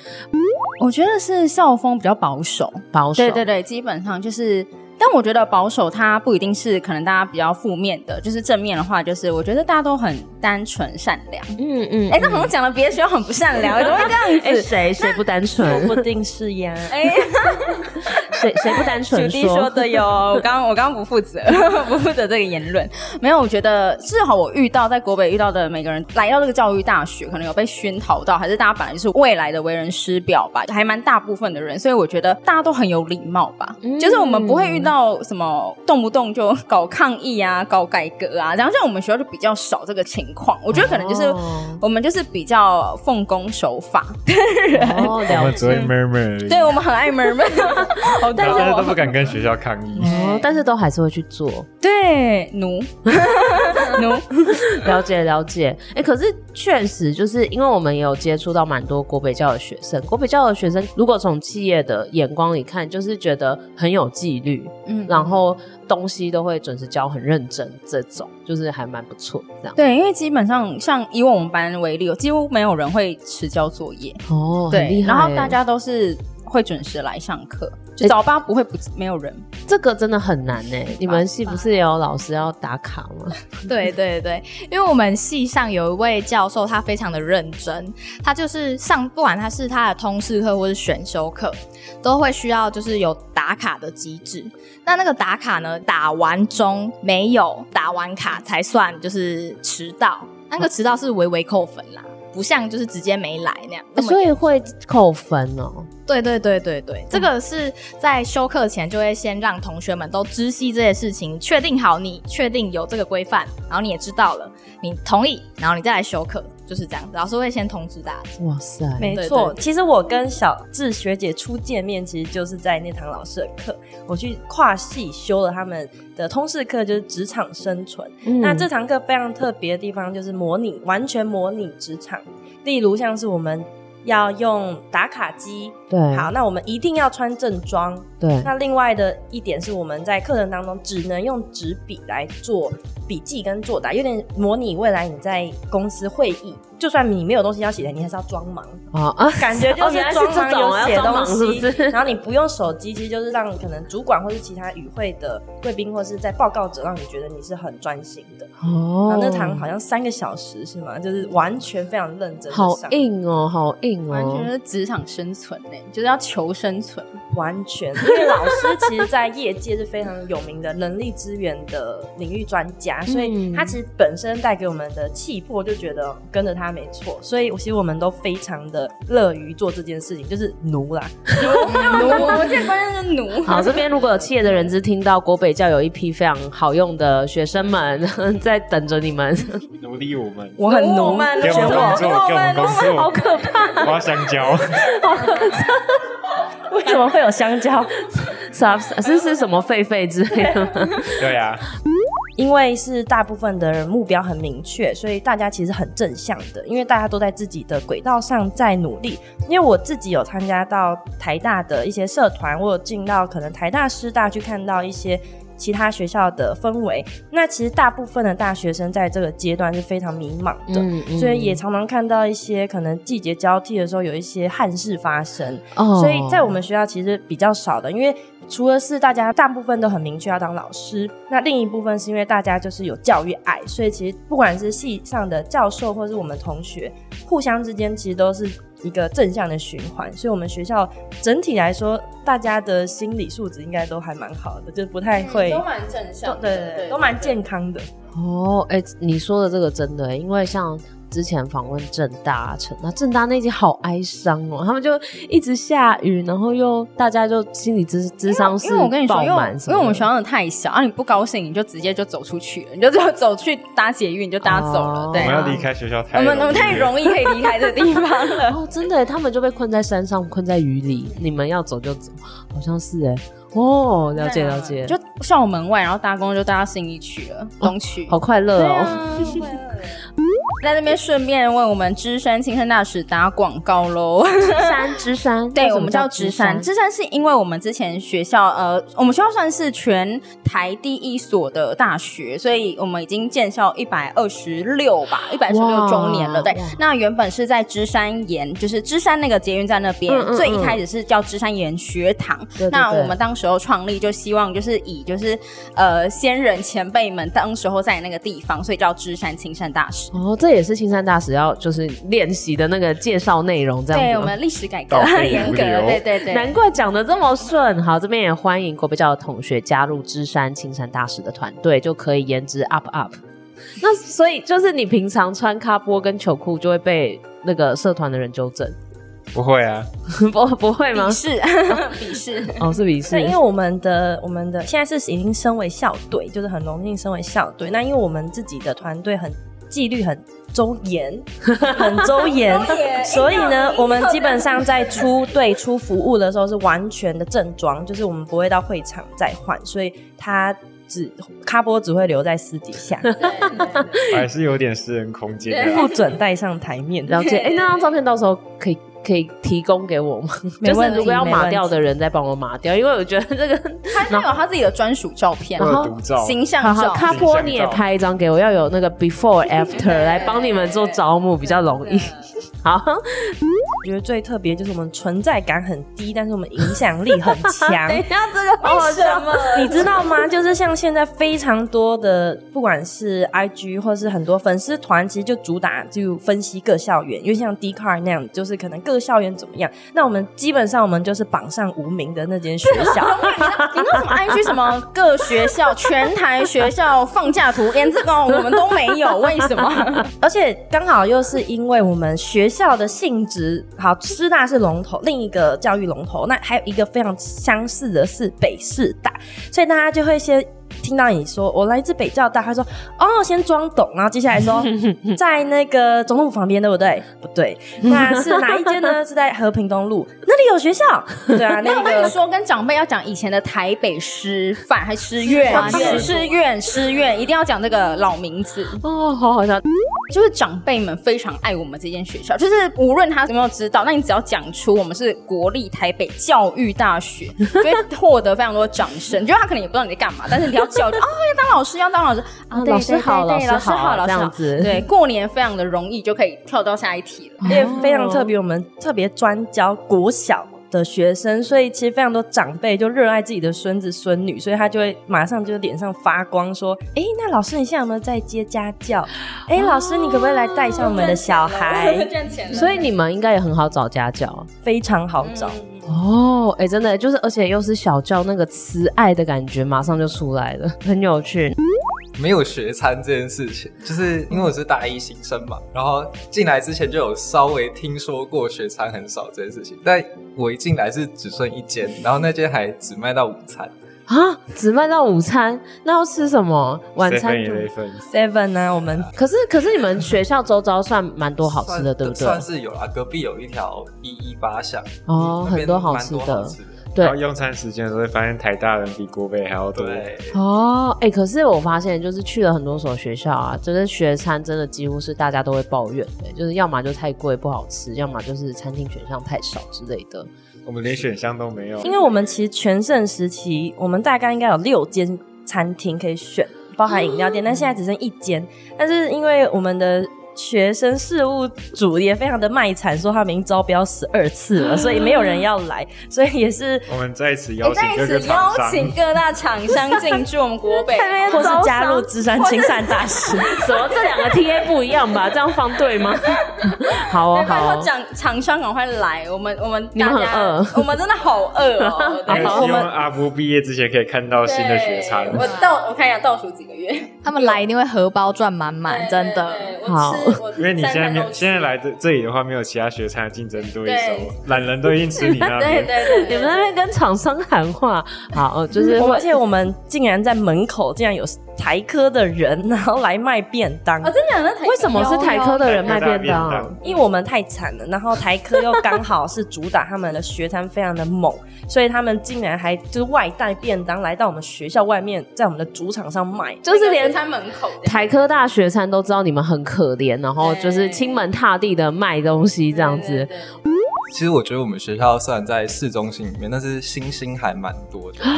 Speaker 5: 我觉得是校风比较保守，
Speaker 3: 保守。
Speaker 5: 对对对，基本上就是但我觉得保守它不一定是可能大家比较负面的，就是正面的话，就是我觉得大家都很单纯善良。
Speaker 3: 嗯嗯
Speaker 5: 哎、这好像讲了别的学校很不善良，怎么会这样
Speaker 3: 哎，
Speaker 5: 子？
Speaker 3: 谁谁不单
Speaker 1: 说
Speaker 3: 纯？
Speaker 1: 不定是
Speaker 4: *laughs*
Speaker 1: 呀。
Speaker 5: 哎、
Speaker 3: 谁谁不 *laughs* 单
Speaker 5: 主
Speaker 3: 纯
Speaker 5: 弟说
Speaker 3: 说？
Speaker 5: 的哟，我刚我刚不负责， *laughs* 不负责这个言论。没有，我觉得至少我遇到在国北遇到的每个人来到这个教育大学，可能有被熏陶到，还是大家本来就是未来的为人师表吧，还蛮大部分的人，所以我觉得大家都很有礼貌吧。
Speaker 3: 嗯
Speaker 5: 就是我们不会遇到什么动不动就搞抗议啊、搞改革啊，然后像我们学校就比较少这个情况。我觉得可能就是、
Speaker 3: 哦
Speaker 5: 我们就是比较奉公守法，
Speaker 3: 哦，
Speaker 7: 我
Speaker 3: 了
Speaker 7: 们只会
Speaker 3: 解。
Speaker 7: murmur，而已
Speaker 5: 对我们很爱 murmur，但是
Speaker 7: 大家都不
Speaker 5: 我嗯
Speaker 7: 敢跟学校抗议。
Speaker 3: 哦，但是都还是会去做，
Speaker 5: 对奴奴。
Speaker 3: 了解了解。哎、可是确实就是因为我们也有接触到蛮多国北教的学生，国北教的学生如果从企业的眼光里看，就是觉得很有纪律，
Speaker 5: 嗯
Speaker 3: 然后东西都会准时交，很认真，这种就是还蛮不错这样。
Speaker 5: 对，因为基本上像以我们班为例，几乎没有人会迟交作业，
Speaker 3: 哦，很
Speaker 5: 对
Speaker 3: 厉，害哎
Speaker 5: 然后
Speaker 3: 耶
Speaker 5: 大家都是会准时来上课，就
Speaker 3: 诶
Speaker 5: 早八不会不没有人。
Speaker 3: 这个真的很难哎、你们系不是也有老师要打卡吗？
Speaker 4: 对对对，因为我们系上有一位教授，他非常的认真，他就是上不管他是他的通识课或是选修课，都会需要就是有打卡的机制。那那个打卡呢，打完钟没有打完卡才算就是迟到，那个迟到是微微扣分啦，不像就是直接没来那样。那么
Speaker 3: 所以会扣分哦。
Speaker 4: 对对对对
Speaker 5: 嗯
Speaker 4: 对，这个是在休课前就会先让同学们都知悉这些事情，确定好你确定有这个规范，然后你也知道了，你同意，然后你再来休课，就是这样子。老师会先通知大家。
Speaker 3: 哇塞，
Speaker 1: 没
Speaker 4: 对
Speaker 1: 错，
Speaker 4: 对
Speaker 1: 其实我跟小智学姐初见面，其实就是在那堂老师的课，我去跨系修了他们的通识课，就是职场生存。
Speaker 3: 嗯
Speaker 1: 那这堂课非常特别的地方就是模拟，完全模拟职场，例如像是我们要用打卡机，
Speaker 3: 嗯对
Speaker 1: 好，那我们一定要穿正装。
Speaker 3: 对
Speaker 1: 那另外的一点是，我们在课程当中只能用纸笔来做笔记跟作答，有点模拟未来你在公司会议，就算你没有东西要写的，你还是要装忙。
Speaker 3: 啊啊，
Speaker 1: 感
Speaker 3: *laughs*
Speaker 1: 觉就
Speaker 3: 哦
Speaker 1: 是
Speaker 3: 原来是
Speaker 1: 装
Speaker 3: 这
Speaker 1: 忙
Speaker 3: 种
Speaker 1: 有
Speaker 3: 要
Speaker 1: 写
Speaker 3: 装
Speaker 1: 东
Speaker 3: 忙是不
Speaker 1: 西，
Speaker 3: 是
Speaker 1: 然后你不用手机，其实就是让可能主管或是其他与会的贵宾或是在报告者，让你觉得你是很专心的。然
Speaker 3: 哦
Speaker 1: 后那堂好像三个小时是吗？就是完全非常认真地上，
Speaker 3: 好硬哦，好硬
Speaker 5: 完全
Speaker 3: 哦。
Speaker 5: 是职场生存呢、就是要求
Speaker 3: *laughs*
Speaker 5: 生存。
Speaker 1: 完全，因为老师其实，在业界是非常有名的人力资源的领域专
Speaker 3: *laughs*
Speaker 1: 家，所
Speaker 3: 嗯
Speaker 1: 以他其实本身带给我们的气魄，就觉得跟着他没错。所以，其实我们都非常的乐于做这件事情，就是奴啦。
Speaker 5: 奴，我这关键是奴。 *laughs*
Speaker 3: 好，这边如果有企业的人资听到国北教有一批非常好用的学生们 *laughs* 在等着你们，
Speaker 7: 努力我们，
Speaker 1: 我很
Speaker 5: 奴
Speaker 1: 奴，
Speaker 5: 们
Speaker 7: 给我
Speaker 1: 选
Speaker 7: 们工
Speaker 1: 我，
Speaker 7: 作，给我们工作，
Speaker 3: 好可怕！
Speaker 7: 挖香
Speaker 5: *laughs*
Speaker 7: 蕉。
Speaker 1: 为什么会有香蕉？
Speaker 3: 啥 *laughs* 是是什么狒狒之类的吗？
Speaker 7: 对啊，
Speaker 1: 因为是大部分的人目标很明确，所以大家其实很正向的，因为大家都在自己的轨道上在努力。因为我自己有参加到台大的一些社团，我有进到可能台大、师大去看到一些。其他学校的氛围，那其实大部分的大学生在这个阶段是非常迷茫的，
Speaker 3: *laughs* 嗯
Speaker 1: 所以也常常看到一些可能季节交替的时候有一些憾事发生。
Speaker 3: 哦
Speaker 1: 所以在我们学校其实比较少的，因为除了是大家大部分都很明确要当老师，那另一部分是因为大家就是有教育爱，所以其实不管是系上的教授或是我们同学，互相之间其实都是一个正向的循环。所以我们学校整体来说，大家的心理素质应该都还蛮好的，就不太会。
Speaker 5: 蛮正
Speaker 1: 都对对对，都蛮健康的。
Speaker 3: 哦，哎、你说的这个真的、欸因为像之前访问正大成，那正大那集好哀伤哦，他们就一直下雨，然后又大家就心理智智商是
Speaker 5: 因为我跟你说，
Speaker 3: 爆
Speaker 5: 因为我
Speaker 3: 满什么的
Speaker 5: 因为我们学校真的太小，啊，你不高兴你就直接就走出去了，你就只有走去搭捷运你就搭走了
Speaker 3: 哦，
Speaker 5: 对啊
Speaker 7: 我们。要离开学校太
Speaker 5: 我
Speaker 7: 容易了，
Speaker 5: 们我们太容易可以离开这个地方了，
Speaker 3: 哦，真的耶，他们就被困在山上，困在雨里，你们要走就走，好像是哎，哦， *laughs* 了解了解，
Speaker 5: 啊就校门外，然后搭公就搭到信义区了，东区。
Speaker 3: 好快乐
Speaker 5: 对
Speaker 3: 哦。 *laughs*
Speaker 5: 啊，在那边顺便为我们芝山青春大使打广告喽。
Speaker 3: 芝山芝山，为
Speaker 5: 对，
Speaker 3: 什
Speaker 5: 我
Speaker 3: 么
Speaker 5: 们叫芝山，芝山是因为我们之前学校，呃，我们学校算是全台第一所的大学，所以我们已经建校一百二十六吧，一百二十六
Speaker 3: 哇
Speaker 5: 周年了。对
Speaker 3: 哇，
Speaker 5: 那原本是在芝山岩，就是芝山那个捷运站那边，
Speaker 3: 嗯嗯
Speaker 5: 最一开始是叫芝山岩学堂。
Speaker 3: 对对
Speaker 5: 那
Speaker 3: 对
Speaker 5: 我们当时候创立，就希望就是以就是呃先人前辈们当时候在那个地方，所以叫芝山青山大使。
Speaker 3: 哦，这也是青山大使要就是练习的那个介绍内容，这样子
Speaker 5: 对
Speaker 3: 吗
Speaker 5: 我们历史改革
Speaker 7: 倒背如
Speaker 5: 严格，
Speaker 7: 流
Speaker 5: 对对对，
Speaker 3: 难怪讲的这么顺。好，这边也欢迎国北教的同学加入芝山青山大使的团队，就可以颜值 up up。那所以就是你平常穿卡波跟球裤就会被那个社团的人纠正，
Speaker 7: 不会啊，
Speaker 3: 不不会吗
Speaker 5: 鄙？视 *laughs* 鄙视。
Speaker 3: 哦，是鄙视
Speaker 1: 对，因为我们的我们的现在是已经升为校队，就是很荣幸升为校队。那因为我们自己的团队很纪律很周严，很周严， *laughs* 所以呢，我们基本上在出队出服务的时候是完全的正装，就是我们不会到会场再换，所以他只卡波只会留在私底下，
Speaker 7: 还是有点私人空间的啊。
Speaker 1: 不准带上台面。
Speaker 3: 了 *laughs* 解。哎、那张照片到时候可以可以提供给 *laughs* 我吗？
Speaker 1: 没
Speaker 3: 就
Speaker 1: 问
Speaker 3: 是
Speaker 1: 题
Speaker 3: 如果要
Speaker 1: 没问
Speaker 3: 码
Speaker 1: 题
Speaker 3: 掉的人再帮我码掉，因为我觉得这个
Speaker 5: 他他有他自己的专属照片，
Speaker 7: 我有独照，
Speaker 5: 形
Speaker 3: *laughs* 好
Speaker 5: 象
Speaker 3: 好，
Speaker 5: 照。
Speaker 3: 卡波你也拍一张给我，要有那个 before *laughs* after 来帮你们做招募比较容易。 *laughs* 好，
Speaker 1: 我觉得最特别就是我们存在感很低，但是我们影响力很强。
Speaker 5: *laughs* 等一下，这个为什么？
Speaker 1: 你知道吗？就是像现在非常多的，不管是 IG 或是很多粉丝团，其实就主打就分析各校园，因为像 d c a r 那样，就是可能各校园怎么样。那我们基本上我们就是榜上无名的那间学校，
Speaker 2: 你为什么 IG 什么各学校、全台学校放假图，连这个我们都没有，为什么？
Speaker 1: 而且刚好又是因为我们学校的性质，好，师大是龙头，另一个教育龙头，那还有一个非常相似的是北师大，所以大家就会先。听到你说哦我来自北教大，他说哦，先装懂，然后接下来说在那个总统府旁边，对不对？不对，那是哪一间呢？是在和平东路，那里有学校。对啊，
Speaker 5: *laughs*
Speaker 1: 那
Speaker 5: 我跟你
Speaker 1: 个
Speaker 5: 说，跟长辈要讲以前的台北师范还师院啊
Speaker 4: 师、
Speaker 5: 师
Speaker 4: 范
Speaker 5: 师院、师院，一定要讲这个老名字。
Speaker 3: 哦，好好笑。
Speaker 5: 就是长辈们非常爱我们这间学校，就是无论他有没有知道，那你只要讲出我们是国立台北教育大学，就会获得非常多掌声。你觉得他可能也不知道你在干嘛，但是你要叫就哦，要当老师，要当老师啊，对
Speaker 3: 老师
Speaker 5: 对
Speaker 3: 好
Speaker 5: 对对
Speaker 3: 老
Speaker 5: 老
Speaker 3: 师
Speaker 5: 师
Speaker 3: 好
Speaker 5: 好，老
Speaker 3: 这
Speaker 5: 师
Speaker 3: 样
Speaker 5: 好
Speaker 3: 子哦
Speaker 5: 对，过年非常的容易就可以跳到下一题了。？
Speaker 1: 也非常
Speaker 3: 哦
Speaker 1: 特别，我们特别专教国小的学生，所以其实非常多长辈就热爱自己的孙子孙女，所以他就会马上就脸上发光，说：“哎、那老师你现在有没有在接家教？哎、老师你可不可以来带一下我们的小孩
Speaker 5: *laughs* 赚钱了，嗯
Speaker 3: 所以你们应该也很好找家教
Speaker 1: 非常好找。
Speaker 3: 哦，哎、真的就是，而且又是小教那个慈爱的感觉，马上就出来了，很有趣。
Speaker 6: 没有学餐这件事情，就是因为我是大一新生嘛，然后进来之前就有稍微听说过学餐很少这件事情，但我一进来是只剩一间，然后那间还只卖到午餐，
Speaker 3: 啊，只卖到午餐，那要吃什么？晚餐
Speaker 7: seven 也
Speaker 3: 就
Speaker 7: 得分。
Speaker 1: Seven 呢、我们
Speaker 3: 可是可是你们学校周遭算蛮多好吃的，
Speaker 6: 算
Speaker 3: 对不对？
Speaker 6: 算是有啦，隔壁有一条一一八巷，嗯
Speaker 3: 哦，
Speaker 6: 那
Speaker 3: 很
Speaker 6: 边
Speaker 3: 多好
Speaker 6: 蛮
Speaker 3: 吃
Speaker 6: 多
Speaker 3: 的。
Speaker 6: 的
Speaker 7: 然后
Speaker 3: 对
Speaker 7: 用餐时间的时候会发现台大人比国北还要多。
Speaker 6: 对，
Speaker 3: 哦，哎、可是我发现，就是去了很多所学校啊，就是学餐真的几乎是大家都会抱怨的、就是要么就太贵不好吃，要么就是餐厅选项太少之类的。
Speaker 7: 我们连选项都没有，
Speaker 1: 因为我们其实全盛时期，我们大概应该有六间餐厅可以选，包含饮料店，但现在只剩一间。但是因为我们的学生事务组也非常的卖惨，说他们已经招标十二次
Speaker 3: *laughs*
Speaker 1: 了，所以没有人要来，所以也是
Speaker 7: 我们再次邀请
Speaker 5: 再
Speaker 7: 各个
Speaker 5: 次
Speaker 7: 厂
Speaker 5: 邀
Speaker 7: 商，
Speaker 5: 请各大厂商进驻我们国
Speaker 3: *laughs*
Speaker 5: 北，哦
Speaker 1: 或是加入芝山青善大使。
Speaker 3: 什么？这两个 TA 不一样吧？这样放对吗？ *laughs* 好哦，好
Speaker 5: 拜托
Speaker 3: 哦。
Speaker 5: 厂厂商赶快来，我们我们
Speaker 3: 你们
Speaker 5: 大
Speaker 3: 很
Speaker 5: 家
Speaker 3: 饿
Speaker 5: 我们真的好饿哦。
Speaker 7: *laughs* 还
Speaker 5: 对
Speaker 7: 是希望阿布毕业之前可以看到新的学餐。
Speaker 5: 对我倒我看一下倒数几个月，
Speaker 4: 他们来一定会荷包赚满满，真的。
Speaker 5: 对
Speaker 3: 好，
Speaker 5: 对对我吃
Speaker 7: 因为你现在没
Speaker 5: 我
Speaker 7: 有，
Speaker 5: 吃
Speaker 7: 现在来这这里的话，没有其他学餐的竞争对
Speaker 5: 对
Speaker 7: 手， *laughs* 懒人都已经吃你那
Speaker 2: *laughs*
Speaker 5: 对
Speaker 7: 边。
Speaker 5: 对对，
Speaker 3: 你们那边跟厂商喊话，好，哦 *laughs* 就是
Speaker 1: 我们
Speaker 3: 会
Speaker 1: 而且我们竟然在门口竟然有台科的人，然后来卖便当
Speaker 5: 我。真的那台
Speaker 3: 为什么是台科的人卖便当？
Speaker 1: 因为我们太惨了，然后台科又刚好是主打他们的学餐非常的猛，所以他们竟然还就是外带便当来到我们学校外面，在我们的主场上卖。
Speaker 3: 就是连
Speaker 5: 餐门口的
Speaker 3: 台科大学餐都知道你们很可怜，然后就是亲门踏地的卖东西这样子。， *gasps*
Speaker 6: 其实我觉得我们学校虽然在市中心里面，但是星星还蛮多的。就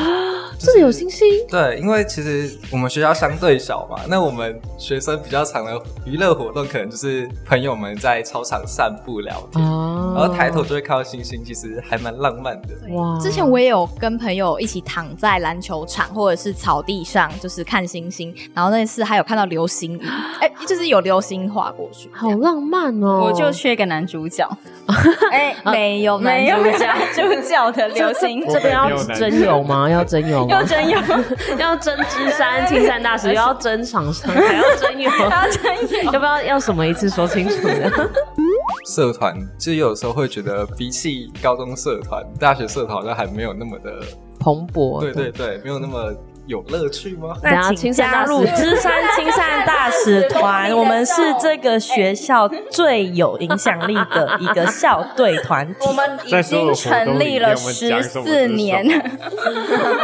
Speaker 3: 这
Speaker 6: 是
Speaker 3: 个有星星，
Speaker 6: 对，因为其实我们学校相对小嘛，那我们学生比较常的娱乐活动可能就是朋友们在操场散步聊天，
Speaker 3: 哦
Speaker 6: 然后抬头就会看到星星，其实还蛮浪漫的。
Speaker 3: 哇
Speaker 4: 之前我也有跟朋友一起躺在篮球场或者是草地上，就是看星星。然后那次还有看到流星雨，哎、就是有流星划过去。
Speaker 3: 好浪漫哦，
Speaker 5: 我就缺个男主角，
Speaker 2: 哎，
Speaker 4: 没有男
Speaker 2: 没
Speaker 4: 主角，
Speaker 2: 有
Speaker 5: 男主角的流星
Speaker 7: 我
Speaker 3: 这边要
Speaker 7: 没有男
Speaker 3: 真有 *laughs* 吗？要真有吗
Speaker 2: 又？真有，
Speaker 3: *laughs* 要真知山，青山大使，又要真厂商， *laughs* 还要真有，
Speaker 2: 他真有。
Speaker 3: 要不要要什么一次说清楚 *laughs* 呢？
Speaker 6: 社团其实有时候会觉得，比起高中社团，大学社团好像还没有那么的，
Speaker 3: 蓬勃，
Speaker 6: 对对对，没有那么有乐趣吗？
Speaker 3: 等下
Speaker 1: 那请
Speaker 3: 青山
Speaker 1: 加
Speaker 3: 大使
Speaker 1: 入芝山青善大使团，我们是这个学校最有影响力的一个校队团体。
Speaker 2: 我
Speaker 5: *laughs*
Speaker 2: 们
Speaker 7: *laughs* 在
Speaker 2: 已
Speaker 7: 所有
Speaker 2: 经
Speaker 7: 的活动
Speaker 2: 成
Speaker 7: 里
Speaker 2: 立
Speaker 7: 面
Speaker 2: 了
Speaker 7: 我们
Speaker 2: 十
Speaker 7: 讲什么都
Speaker 2: 四
Speaker 7: 是
Speaker 2: 年，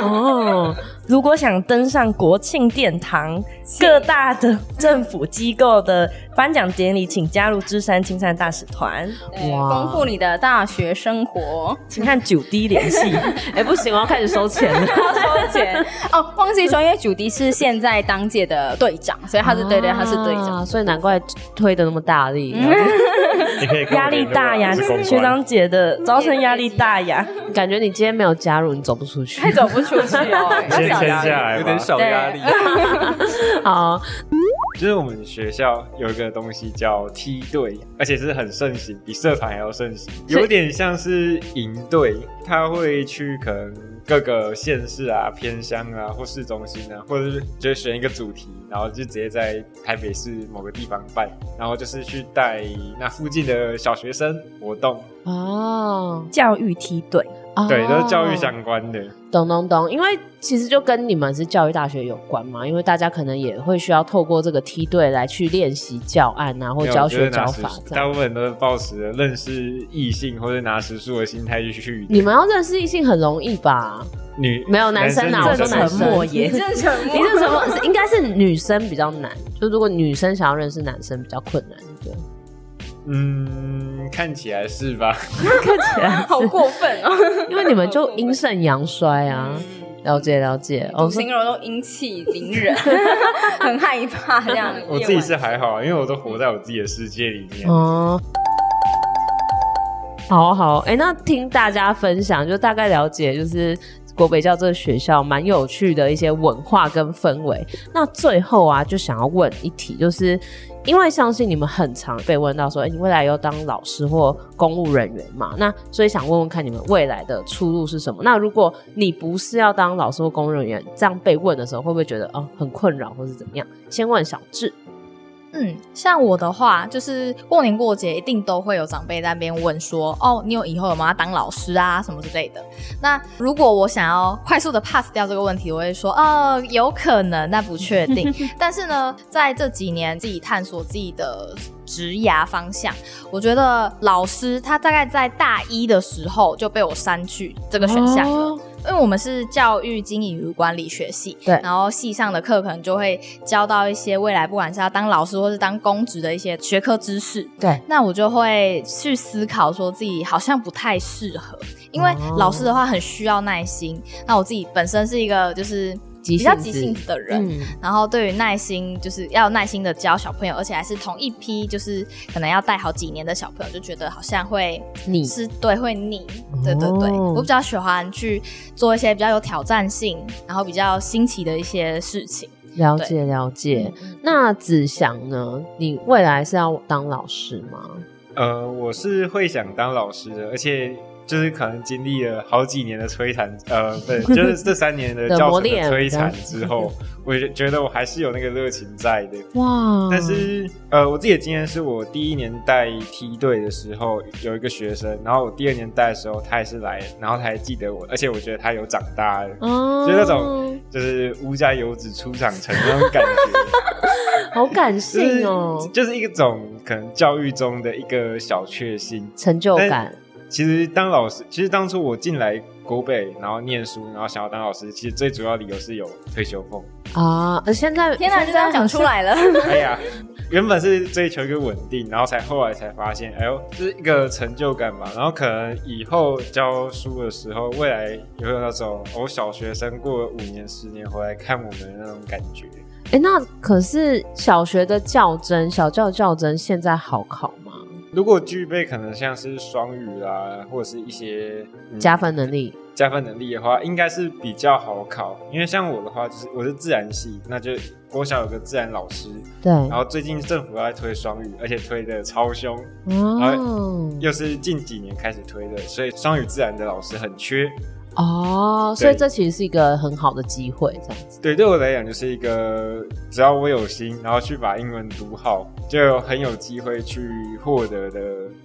Speaker 3: 哦，
Speaker 1: 如果想登上国庆殿堂，各大的政府机构的颁奖典礼，请加入芝山青善大使团，
Speaker 3: 哇
Speaker 5: 丰富你的大学生活。
Speaker 1: 请和九 D 联系。
Speaker 3: 哎，不行，我要开始收钱了。
Speaker 5: 收钱哦，忘记说，因为主迪是现在当届的队长，所以他是对对，他是队长。
Speaker 7: 哦
Speaker 3: 啊，所嗯以难怪推的那么大力，
Speaker 7: *laughs* 你可以跟
Speaker 1: *laughs*
Speaker 7: 我
Speaker 1: 压力
Speaker 7: 联络啊
Speaker 1: 大呀，
Speaker 7: 我是公关
Speaker 1: 学长姐的招生压力大呀。
Speaker 3: 感觉你今天没有加入，你走不出去。
Speaker 5: 走不出去哦
Speaker 7: 先签下来
Speaker 6: 有
Speaker 7: 吧
Speaker 6: 点。小压力。
Speaker 3: *laughs* 好，
Speaker 7: 就是我们学校有一个东西叫梯队，而且是很盛行，比社团还要盛行，有点像是营队，他会去可能各个县市啊、偏乡啊或市中心啊，或者是就选一个主题，然后就直接在台北市某个地方办，然后就是去带那附近的小学生活动，
Speaker 3: 哦，
Speaker 1: 教育梯队，
Speaker 3: 哦
Speaker 7: 对，都是教育相关的。
Speaker 3: 懂懂懂，因为其实就跟你们是教育大学有关嘛，因为大家可能也会需要透过这个梯队来去练习教案啊，或
Speaker 7: 没有
Speaker 3: 教
Speaker 7: 我觉得
Speaker 3: 学
Speaker 7: 拿
Speaker 3: 教法
Speaker 7: 时
Speaker 3: 这
Speaker 7: 大
Speaker 3: 样。
Speaker 7: 部分都是抱持着认识异性或者拿时数的心态去去
Speaker 3: 你们要认识异性很容易吧？
Speaker 7: 女
Speaker 3: 没有男生啊，我
Speaker 7: 女
Speaker 3: 说
Speaker 7: 生
Speaker 3: 男
Speaker 1: 沉默
Speaker 3: 生。
Speaker 1: 耶
Speaker 3: 你这沉 *laughs* 默，你这沉默是应该是女生比较难，就如果女生想要认识男生比较困难， *laughs* 对。
Speaker 7: 嗯，看起来是吧？
Speaker 5: 好过分
Speaker 7: *laughs*
Speaker 5: 哦！
Speaker 3: 因为你们就阴盛阳衰啊。了解了解，哦，所以
Speaker 5: 形容都阴气凌
Speaker 7: *laughs*
Speaker 5: 人，很害怕这样。
Speaker 7: 我自己是还好，因为我都活在我自己的世界里面。
Speaker 3: 哦。好好，哎、那听大家分享，就大概了解，就是国北教这个学校蛮有趣的一些文化跟氛围。那最后啊，就想要问一题，就是因为相信你们很常被问到说，哎、你未来要当老师或公务人员嘛？那所以想问问看你们未来的出路是什么？那如果你不是要当老师或公务人员，这样被问的时候，会不会觉得哦很困扰，或是怎么样？先问小智，
Speaker 4: 嗯，像我的话，就是过年过节一定都会有长辈在那边问说，哦，你有以后有没有要当老师啊什么之类的。那如果我想要快速的 pass 掉这个问题，我会说，哦，有可能，那不确定。但是呢，在这几年自己探索自己的职涯方向，我觉得老师他大概在大一的时候就被我删去这个选项了。
Speaker 3: 哦
Speaker 4: 因为我们是教育经营与管理学系，
Speaker 3: 对
Speaker 4: 然后系上的课可能就会教到一些未来不管是要当老师或是当公职的一些学科知识。
Speaker 3: 对，
Speaker 4: 那我就会去思考，说自己好像不太适合，因为
Speaker 3: 哦
Speaker 4: 老师的话很需要耐心。那我自己本身是一个就是
Speaker 3: 急
Speaker 4: 比较
Speaker 3: 性
Speaker 4: 急
Speaker 3: 子
Speaker 4: 性子的人，
Speaker 3: 嗯，
Speaker 4: 然后对于耐心，就是要有耐心的教小朋友，而且还是同一批，就是可能要带好几年的小朋友，就觉得好像会
Speaker 3: 你
Speaker 4: 是对会腻，对对对，
Speaker 3: 哦
Speaker 4: 我比较喜欢去做一些比较有挑战性，然后比较新奇的一些事情。
Speaker 3: 了解了解。那子祥呢？你未来是要当老师吗？
Speaker 7: 呃，我是会想当老师的，而且就是可能经历了好几年的摧残，呃，不是，就是这三年
Speaker 3: *laughs*
Speaker 7: 的
Speaker 3: 的
Speaker 7: 教
Speaker 3: 磨
Speaker 7: 程的
Speaker 3: 练
Speaker 7: 摧
Speaker 3: 这样
Speaker 7: 残之后，我觉觉得我还是有那个热情在的。
Speaker 3: 哇
Speaker 7: 但是呃，我自己的经验是我第一年带梯队的时候有一个学生，然后我第二年带的时候他也是来，然后他还记得我，而且我觉得他有长大了，
Speaker 3: 哦
Speaker 7: 就是那种就是无家有子出长成那种感觉。
Speaker 3: 好感
Speaker 7: 就是
Speaker 3: 性哦，
Speaker 7: 就是一种可能教育中的一个小确幸。
Speaker 3: 成就感。
Speaker 7: 其实当老师，其实当初我进来国北，然后念书，然后想要当老师，其实
Speaker 3: *laughs*
Speaker 7: 最主要理由是有退休俸。
Speaker 3: 啊！呃现在
Speaker 5: 天哪，就这样讲出来了，
Speaker 7: 哎呀，原本是追求一个稳定，然后才后来才发现，哎呦，就是一个成就感吧。然后可能以后教书的时候，未来也会有那种我、哦、小学生过了五年、十年回来看我们的那种感觉。
Speaker 3: 哎，那可是小学的较真，小教较真现在好考吗？
Speaker 7: 如果具备可能像是双语啦，或者是一些、嗯
Speaker 3: 加分能力？
Speaker 7: 加分能力的话，应该是比较好考。因为像我的话，就是我是自然系，那就国小有个自然老师，
Speaker 3: 嗯对，
Speaker 7: 然后最近政府又在推双语，而且推的超凶，
Speaker 3: 哦
Speaker 7: 又是近几年开始推的，所以双语自然的老师很缺。
Speaker 3: 哦，所以这其实是一个很好的机会，这样子。
Speaker 7: 对，对我来讲就是一个，只要我有心，然后去把英文读好，就很有机会去获得的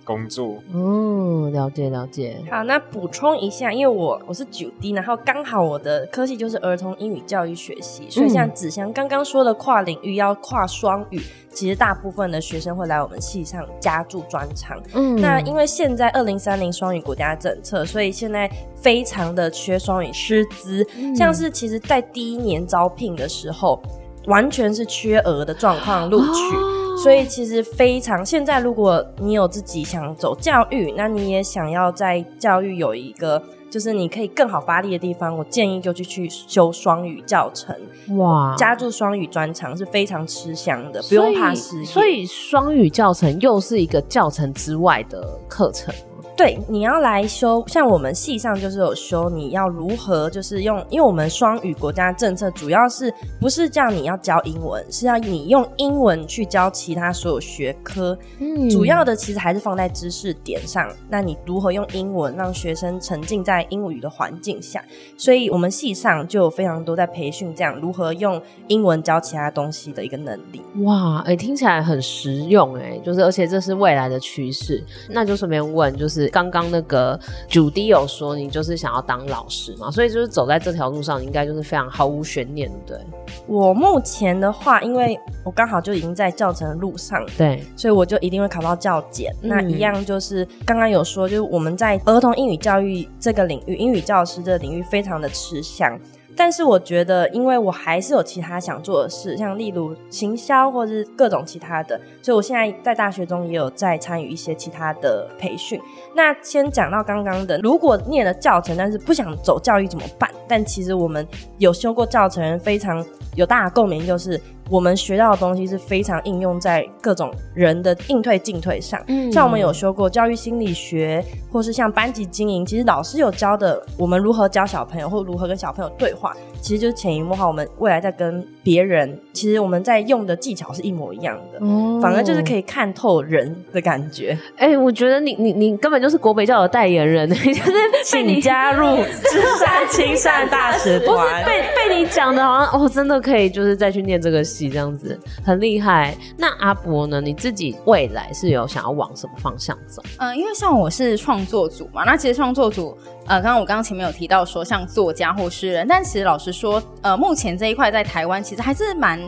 Speaker 7: 工作。
Speaker 3: 嗯，了解了解。
Speaker 1: 好，那补充一下，因为我我是九 D，然后刚好我的科系就是儿童英语教育学系，所以像子祥刚刚说的跨领域要跨双语，其实大部分的学生会来我们系上加注专长。
Speaker 3: 嗯
Speaker 1: 那因为现在二零三零双语国家政策，所以现在非常的缺双语师资，
Speaker 3: 嗯
Speaker 1: 像是其实在第一年招聘的时候，完全是缺额的状况录取。
Speaker 3: 哦
Speaker 1: 所以其实非常，现在如果你有自己想走教育，那你也想要在教育有一个就是你可以更好发力的地方，我建议就去去修双语教程，
Speaker 3: 哇，
Speaker 1: 加注双语专长是非常吃香的，不用怕失业。
Speaker 3: 所以双语教程又是一个教程之外的课程。
Speaker 1: 对，你要来修，像我们系上就是有修，你要如何就是用，因为我们双语国家政策主要是不是叫你要教英文，是要你用英文去教其他所有学科，
Speaker 3: 嗯
Speaker 1: 主要的其实还是放在知识点上。那你如何用英文让学生沉浸在英语的环境下？所以我们系上就有非常多在培训这样如何用英文教其他东西的一个能力。
Speaker 3: 哇，哎、听起来很实用哎、就是而且这是未来的趋势。那就顺便问，就是刚刚那个主 D 有说你就是想要当老师嘛，所以就是走在这条路上，你应该就是非常毫无悬念，对不对？
Speaker 1: 我目前的话，因为我刚好就已经在教程的路上，
Speaker 3: 对，
Speaker 1: 所以我就一定会考到教检。
Speaker 3: 嗯
Speaker 1: 那一样就是刚刚有说，就是我们在儿童英语教育这个领域，英语教师这个领域非常的吃香。但是我觉得，因为我还是有其他想做的事，像例如行销或是各种其他的，所以我现在在大学中也有在参与一些其他的培训。那先讲到刚刚的，如果念了教程，但是不想走教育怎么办？但其实我们有修过教程，人非常有大的共鸣，就是我们学到的东西是非常应用在各种人的应退进退上。
Speaker 3: 嗯
Speaker 1: 像我们有修过教育心理学，或是像班级经营，其实老师有教的我们如何教小朋友，或如何跟小朋友对话，其实就是潜移默化，我们未来在跟别人，其实我们在用的技巧是一模一样的，反而就是可以看透人的感觉。
Speaker 3: 哎、哦我觉得你你你根本就是国北教的代言人， *laughs* 就是被
Speaker 1: 请
Speaker 3: 你
Speaker 1: 加入知山青山大使
Speaker 3: 不
Speaker 1: 团
Speaker 3: 是。被被你讲的，好像哦，真的可以，就是再去念这个系这样子，很厉害。那阿伯呢？你自己未来是有想要往什么方向走？
Speaker 5: 嗯、因为像我是创作组嘛，那其实创作组，呃，刚刚我刚刚前面有提到说像作家或诗人，但其实老实说，呃，目前这一块在台湾其实还是蛮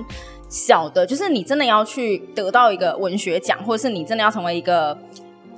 Speaker 5: 小的，就是你真的要去得到一个文学奖，或者是你真的要成为一个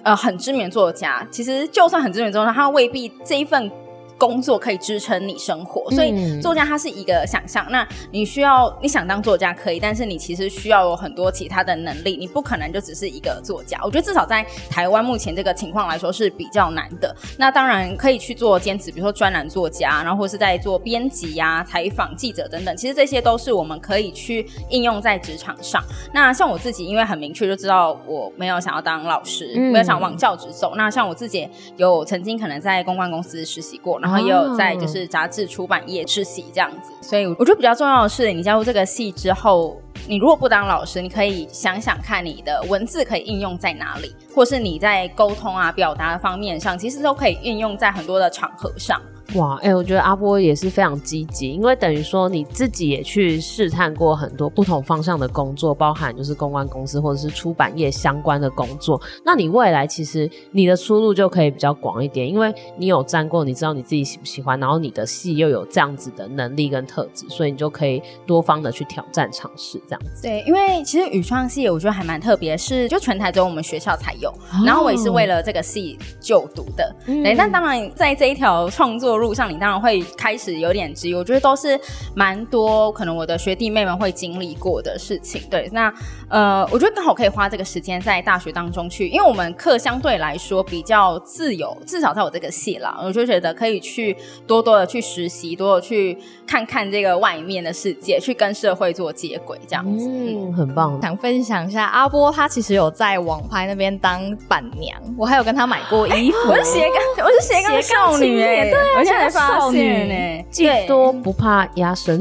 Speaker 5: 呃很知名的作家，其实就算很知名的作家，他未必这一份。工作可以支撑你生活，所以
Speaker 3: 嗯
Speaker 5: 作家他是一个想象。那你需要你想当作家可以，但是你其实需要有很多其他的能力，你不可能就只是一个作家。我觉得至少在台湾目前这个情况来说是比较难的。那当然可以去做兼职，比如说专栏作家，然后或是在做编辑呀、采访记者等等。其实这些都是我们可以去应用在职场上。那像我自己，因为很明确就知道我没有想要当老师，
Speaker 3: 嗯
Speaker 5: 没有想往教职走。那像我自己也有曾经可能在公关公司实习过，然后也有在就是杂志出版业实习这样子。所以我觉得比较重要的是，你加入这个系之后。你如果不当老师，你可以想想看你的文字可以应用在哪里，或是你在沟通啊、表达方面上，其实都可以运用在很多的场合上。
Speaker 3: 哇，哎、我觉得阿波也是非常积极，因为等于说你自己也去试探过很多不同方向的工作，包含就是公关公司或者是出版业相关的工作。那你未来其实你的出路就可以比较广一点，因为你有站过，你知道你自己喜不喜欢，然后你的戏又有这样子的能力跟特质，所以你就可以多方的去挑战尝试这样子。
Speaker 5: 对，因为其实语创系我觉得还蛮特别，是就全台只有我们学校才有，然后我也是为了这个系就读的。对，但当然在这一条创作路上，你当然会开始有点质疑。我觉得都是蛮多可能我的学弟妹们会经历过的事情。对，那呃，我觉得刚好可以花这个时间在大学当中去，因为我们课相对来说比较自由，至少在我这个系啦，我就觉得可以去多多的去实习，多多地去看看这个外面的世界，去跟社会做接轨，这样子。
Speaker 3: 嗯，很棒。
Speaker 4: 想分享一下，阿波他其实有在网拍那边当板娘，我还有跟他买过衣服。
Speaker 5: 我是斜杠，我是斜杠少女哎、对、我现在才发
Speaker 3: 少
Speaker 5: 现
Speaker 3: 女
Speaker 5: 哎、
Speaker 3: 技
Speaker 5: 对
Speaker 3: 多不怕压
Speaker 4: *laughs*
Speaker 3: 身。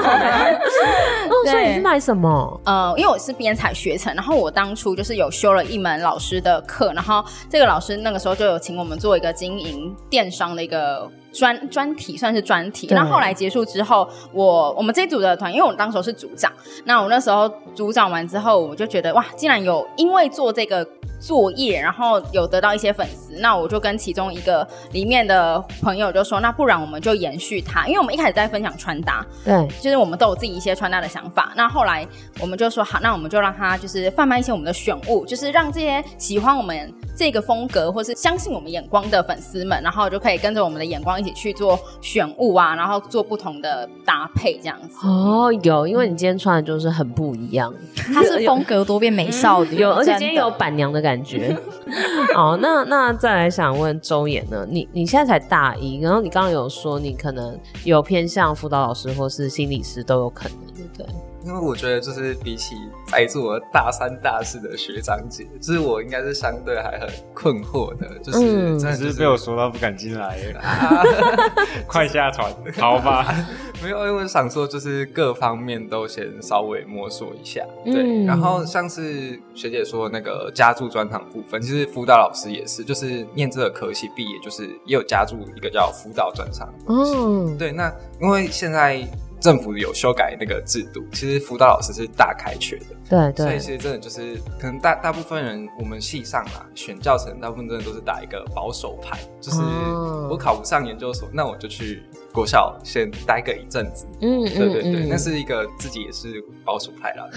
Speaker 3: 哦，所以你是卖什么？
Speaker 5: 呃，因为我是编采学程，然后我当初就是有修了一门老师的课，然后这个老师那个时候就有请我们做一个经营电商的一个。专专题算是专题，
Speaker 3: 对
Speaker 5: 那后来结束之后，我我们这一组的团，因为我当时候是组长，那我那时候组长完之后，我就觉得哇，竟然有因为做这个作业，然后有得到一些粉丝，那我就跟其中一个里面的朋友就说，那不然我们就延续它，因为我们一开始在分享穿搭，
Speaker 3: 对，
Speaker 5: 就是我们都有自己一些穿搭的想法。那后来我们就说好，那我们就让他就是贩卖一些我们的选物，就是让这些喜欢我们这个风格或是相信我们眼光的粉丝们，然后就可以跟着我们的眼光一起去做选物啊，然后做不同的搭配这样子。
Speaker 3: 哦，有，因为你今天穿的就是很不一样，
Speaker 4: 他是风格多变美少女，
Speaker 3: 有，而且
Speaker 4: 真的
Speaker 3: 今天有板娘的感觉。 *laughs* 哦，那那再来想问周岩呢？你你现在才大一，然后你刚刚有说你可能有偏向辅导老师或是心理师都有可能，对不对？
Speaker 6: *laughs* 因为我觉得就是比起在座大三大四的学长姐，就是我应该是相对还很困惑的，就是
Speaker 3: 嗯
Speaker 6: 真的
Speaker 7: 只
Speaker 6: 就是是
Speaker 7: 被我说到不敢进
Speaker 6: *laughs*
Speaker 7: 来耶，
Speaker 6: 啊，
Speaker 7: 快下船，逃吧！
Speaker 6: 没有，因为我想说就是各方面都先稍微摸索一下，对。
Speaker 3: 嗯
Speaker 6: 然后像是学姐说的那个加注专场部分，其实辅导老师也是，就是念这个科系毕业，就是也有加注一个叫辅导专场。
Speaker 4: 哦
Speaker 3: 嗯，
Speaker 6: 对，那因为现在政府有修改那个制度，其实辅导老师是大开缺的。
Speaker 3: 对
Speaker 6: 所
Speaker 3: 对
Speaker 6: 以其，实真的就是，可能大大部分人我们系上啦，选教程大部分真的都是打一个保守牌，就是
Speaker 3: 哦
Speaker 6: 我考不上研究所，那我就去国校先待个一阵子。
Speaker 3: 嗯
Speaker 6: 对对对，
Speaker 3: 嗯
Speaker 6: 那是一个自己也是保守派
Speaker 3: *laughs*
Speaker 6: 啦，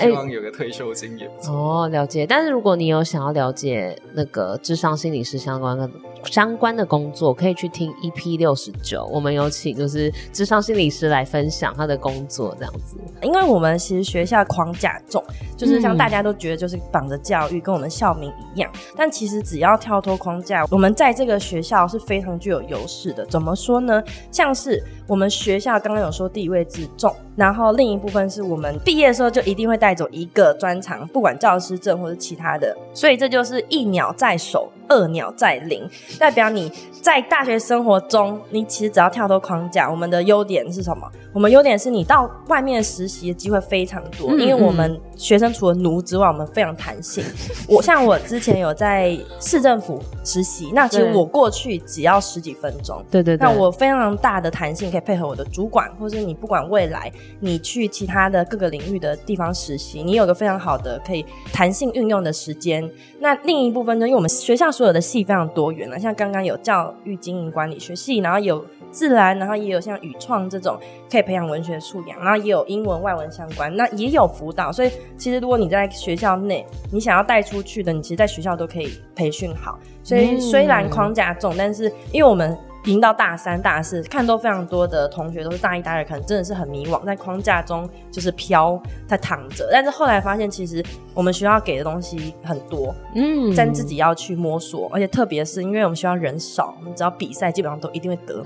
Speaker 3: 哎
Speaker 6: 希望有个退休金也不错。
Speaker 3: 哦，了解。但是如果你有想要了解那个智商心理师相关的相关的工作，可以去听 EP 六十九，我们有请就是智商心理师来分享他的工作，这样子。
Speaker 1: 因为我们其实学校框架重，就是像
Speaker 3: 嗯
Speaker 1: 大家都觉得就是绑着教育跟我们校名一样，但其实只要跳脱框架，我们在这个学校是非常具有优势的。怎么说呢？像是我们学校刚刚有说地位之重，然后另一部分是我们毕业的时候就一定会带走一个专长，不管教师证或是其他的，所以这就是一鸟在手，二鸟在林，代表你在大学生活中，你其实只要跳脱框架，我们的优点是什么？我们优点是你到外面实习的机会非常多，因为我们学生除了奴之外，我们非常弹性。我像我之前有在市政府实习，那其实
Speaker 3: 对
Speaker 1: 我过去只要十几分钟，
Speaker 3: 对对对，
Speaker 1: 那我非常大的弹性可以配合我的主管，或是你不管未来你去其他的各个领域的地方实习，你有个非常好的可以弹性运用的时间。那另一部分呢，因为我们学校所有的系非常多元了，啊像刚刚有教育经营管理学系，然后有自然，然后也有像语创这种可以培养文学素养，然后也有英文外文相关，那也有辅导。所以其实如果你在学校内，你想要带出去的，你其实在学校都可以培训好。所以
Speaker 3: 嗯
Speaker 1: 虽然框架重，但是因为我们已经到大三、大四，看都非常多的同学都是大一、大二，可能真的是很迷惘，在框架中就是飘，在躺着。但是后来发现，其实我们学校给的东西很多，
Speaker 3: 嗯
Speaker 1: 但自己要去摸索，而且特别是因为我们学校人少，我们只要比赛基本上都一定会得名，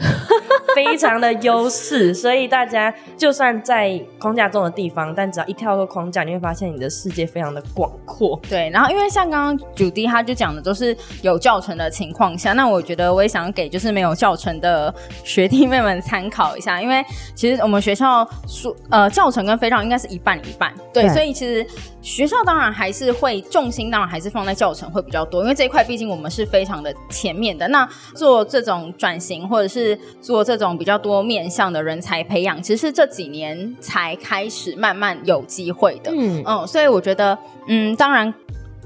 Speaker 1: 非常的优势。所以大家就算在框架中的地方，但只要一跳过框架，你会发现你的世界非常的广阔。
Speaker 5: 对，然后因为像刚刚主迪他就讲的都是有教程的情况下，那我觉得我也想给就是没有教程的学弟妹们参考一下，因为其实我们学校说呃教程跟非常应该是一半一半，对，
Speaker 3: 对
Speaker 5: 所以其实学校当然还是会重心当然还是放在教程会比较多，因为这一块毕竟我们是非常的前面的。那做这种转型或者是做这种比较多面向的人才培养，其实是这几年才开始慢慢有机会的，
Speaker 3: 嗯
Speaker 5: 嗯，所以我觉得，嗯，当然。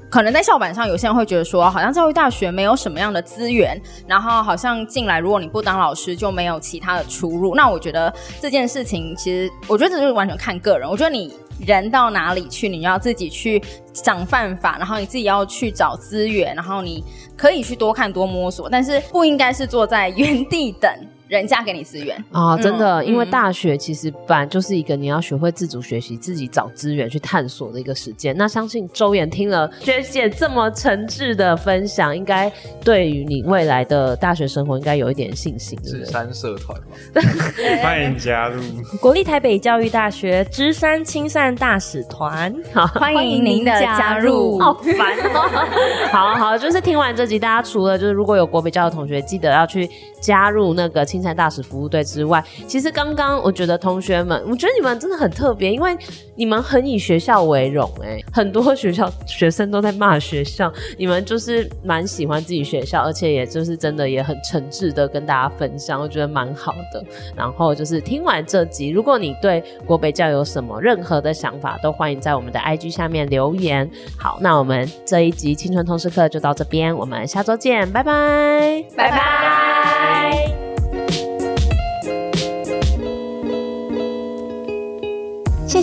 Speaker 5: 可能在校板上，有些人会觉得说，好像教育大学没有什么样的资源，然后好像进来，如果你不当老师，就没有其他的出路。那我觉得这件事情，其实我觉得这就是完全看个人。我觉得你人到哪里去，你要自己去想办法，然后你自己要去找资源，然后你可以去多看多摸索，但是不应该是坐在原地等人家给你资源。
Speaker 3: 啊，真的，
Speaker 5: 嗯
Speaker 3: 因为
Speaker 5: 嗯
Speaker 3: 大学其实本来就是一个你要学会自主学习、自己找资源去探索的一个时间。那相信周岩听了学姐这么诚挚的分享，应该对于你未来的大学生活应该有一点信心，对
Speaker 6: 紫
Speaker 3: 不对？
Speaker 6: 山社团嘛，
Speaker 7: 欢迎加入。
Speaker 1: 国立台北教育大学芝山亲善大使团，
Speaker 5: 欢迎您的加入，
Speaker 3: 好烦哦！ *laughs* 好好，就是听完这集，大家除了就是如果有国北教的同学，记得要去加入那个青山大使服务队之外，其实刚刚我觉得同学们，我觉得你们真的很特别，因为你们很以学校为荣哎、很多学校学生都在骂学校，你们就是蛮喜欢自己学校，而且也就是真的也很诚挚的跟大家分享，我觉得蛮好的。然后就是听完这集，如果你对国北教有什么任何的想法，都欢迎在我们的 IG 下面留言。好，那我们这一集青春通识课就到这边，我们下周见，拜拜。
Speaker 5: 拜拜。
Speaker 8: 谢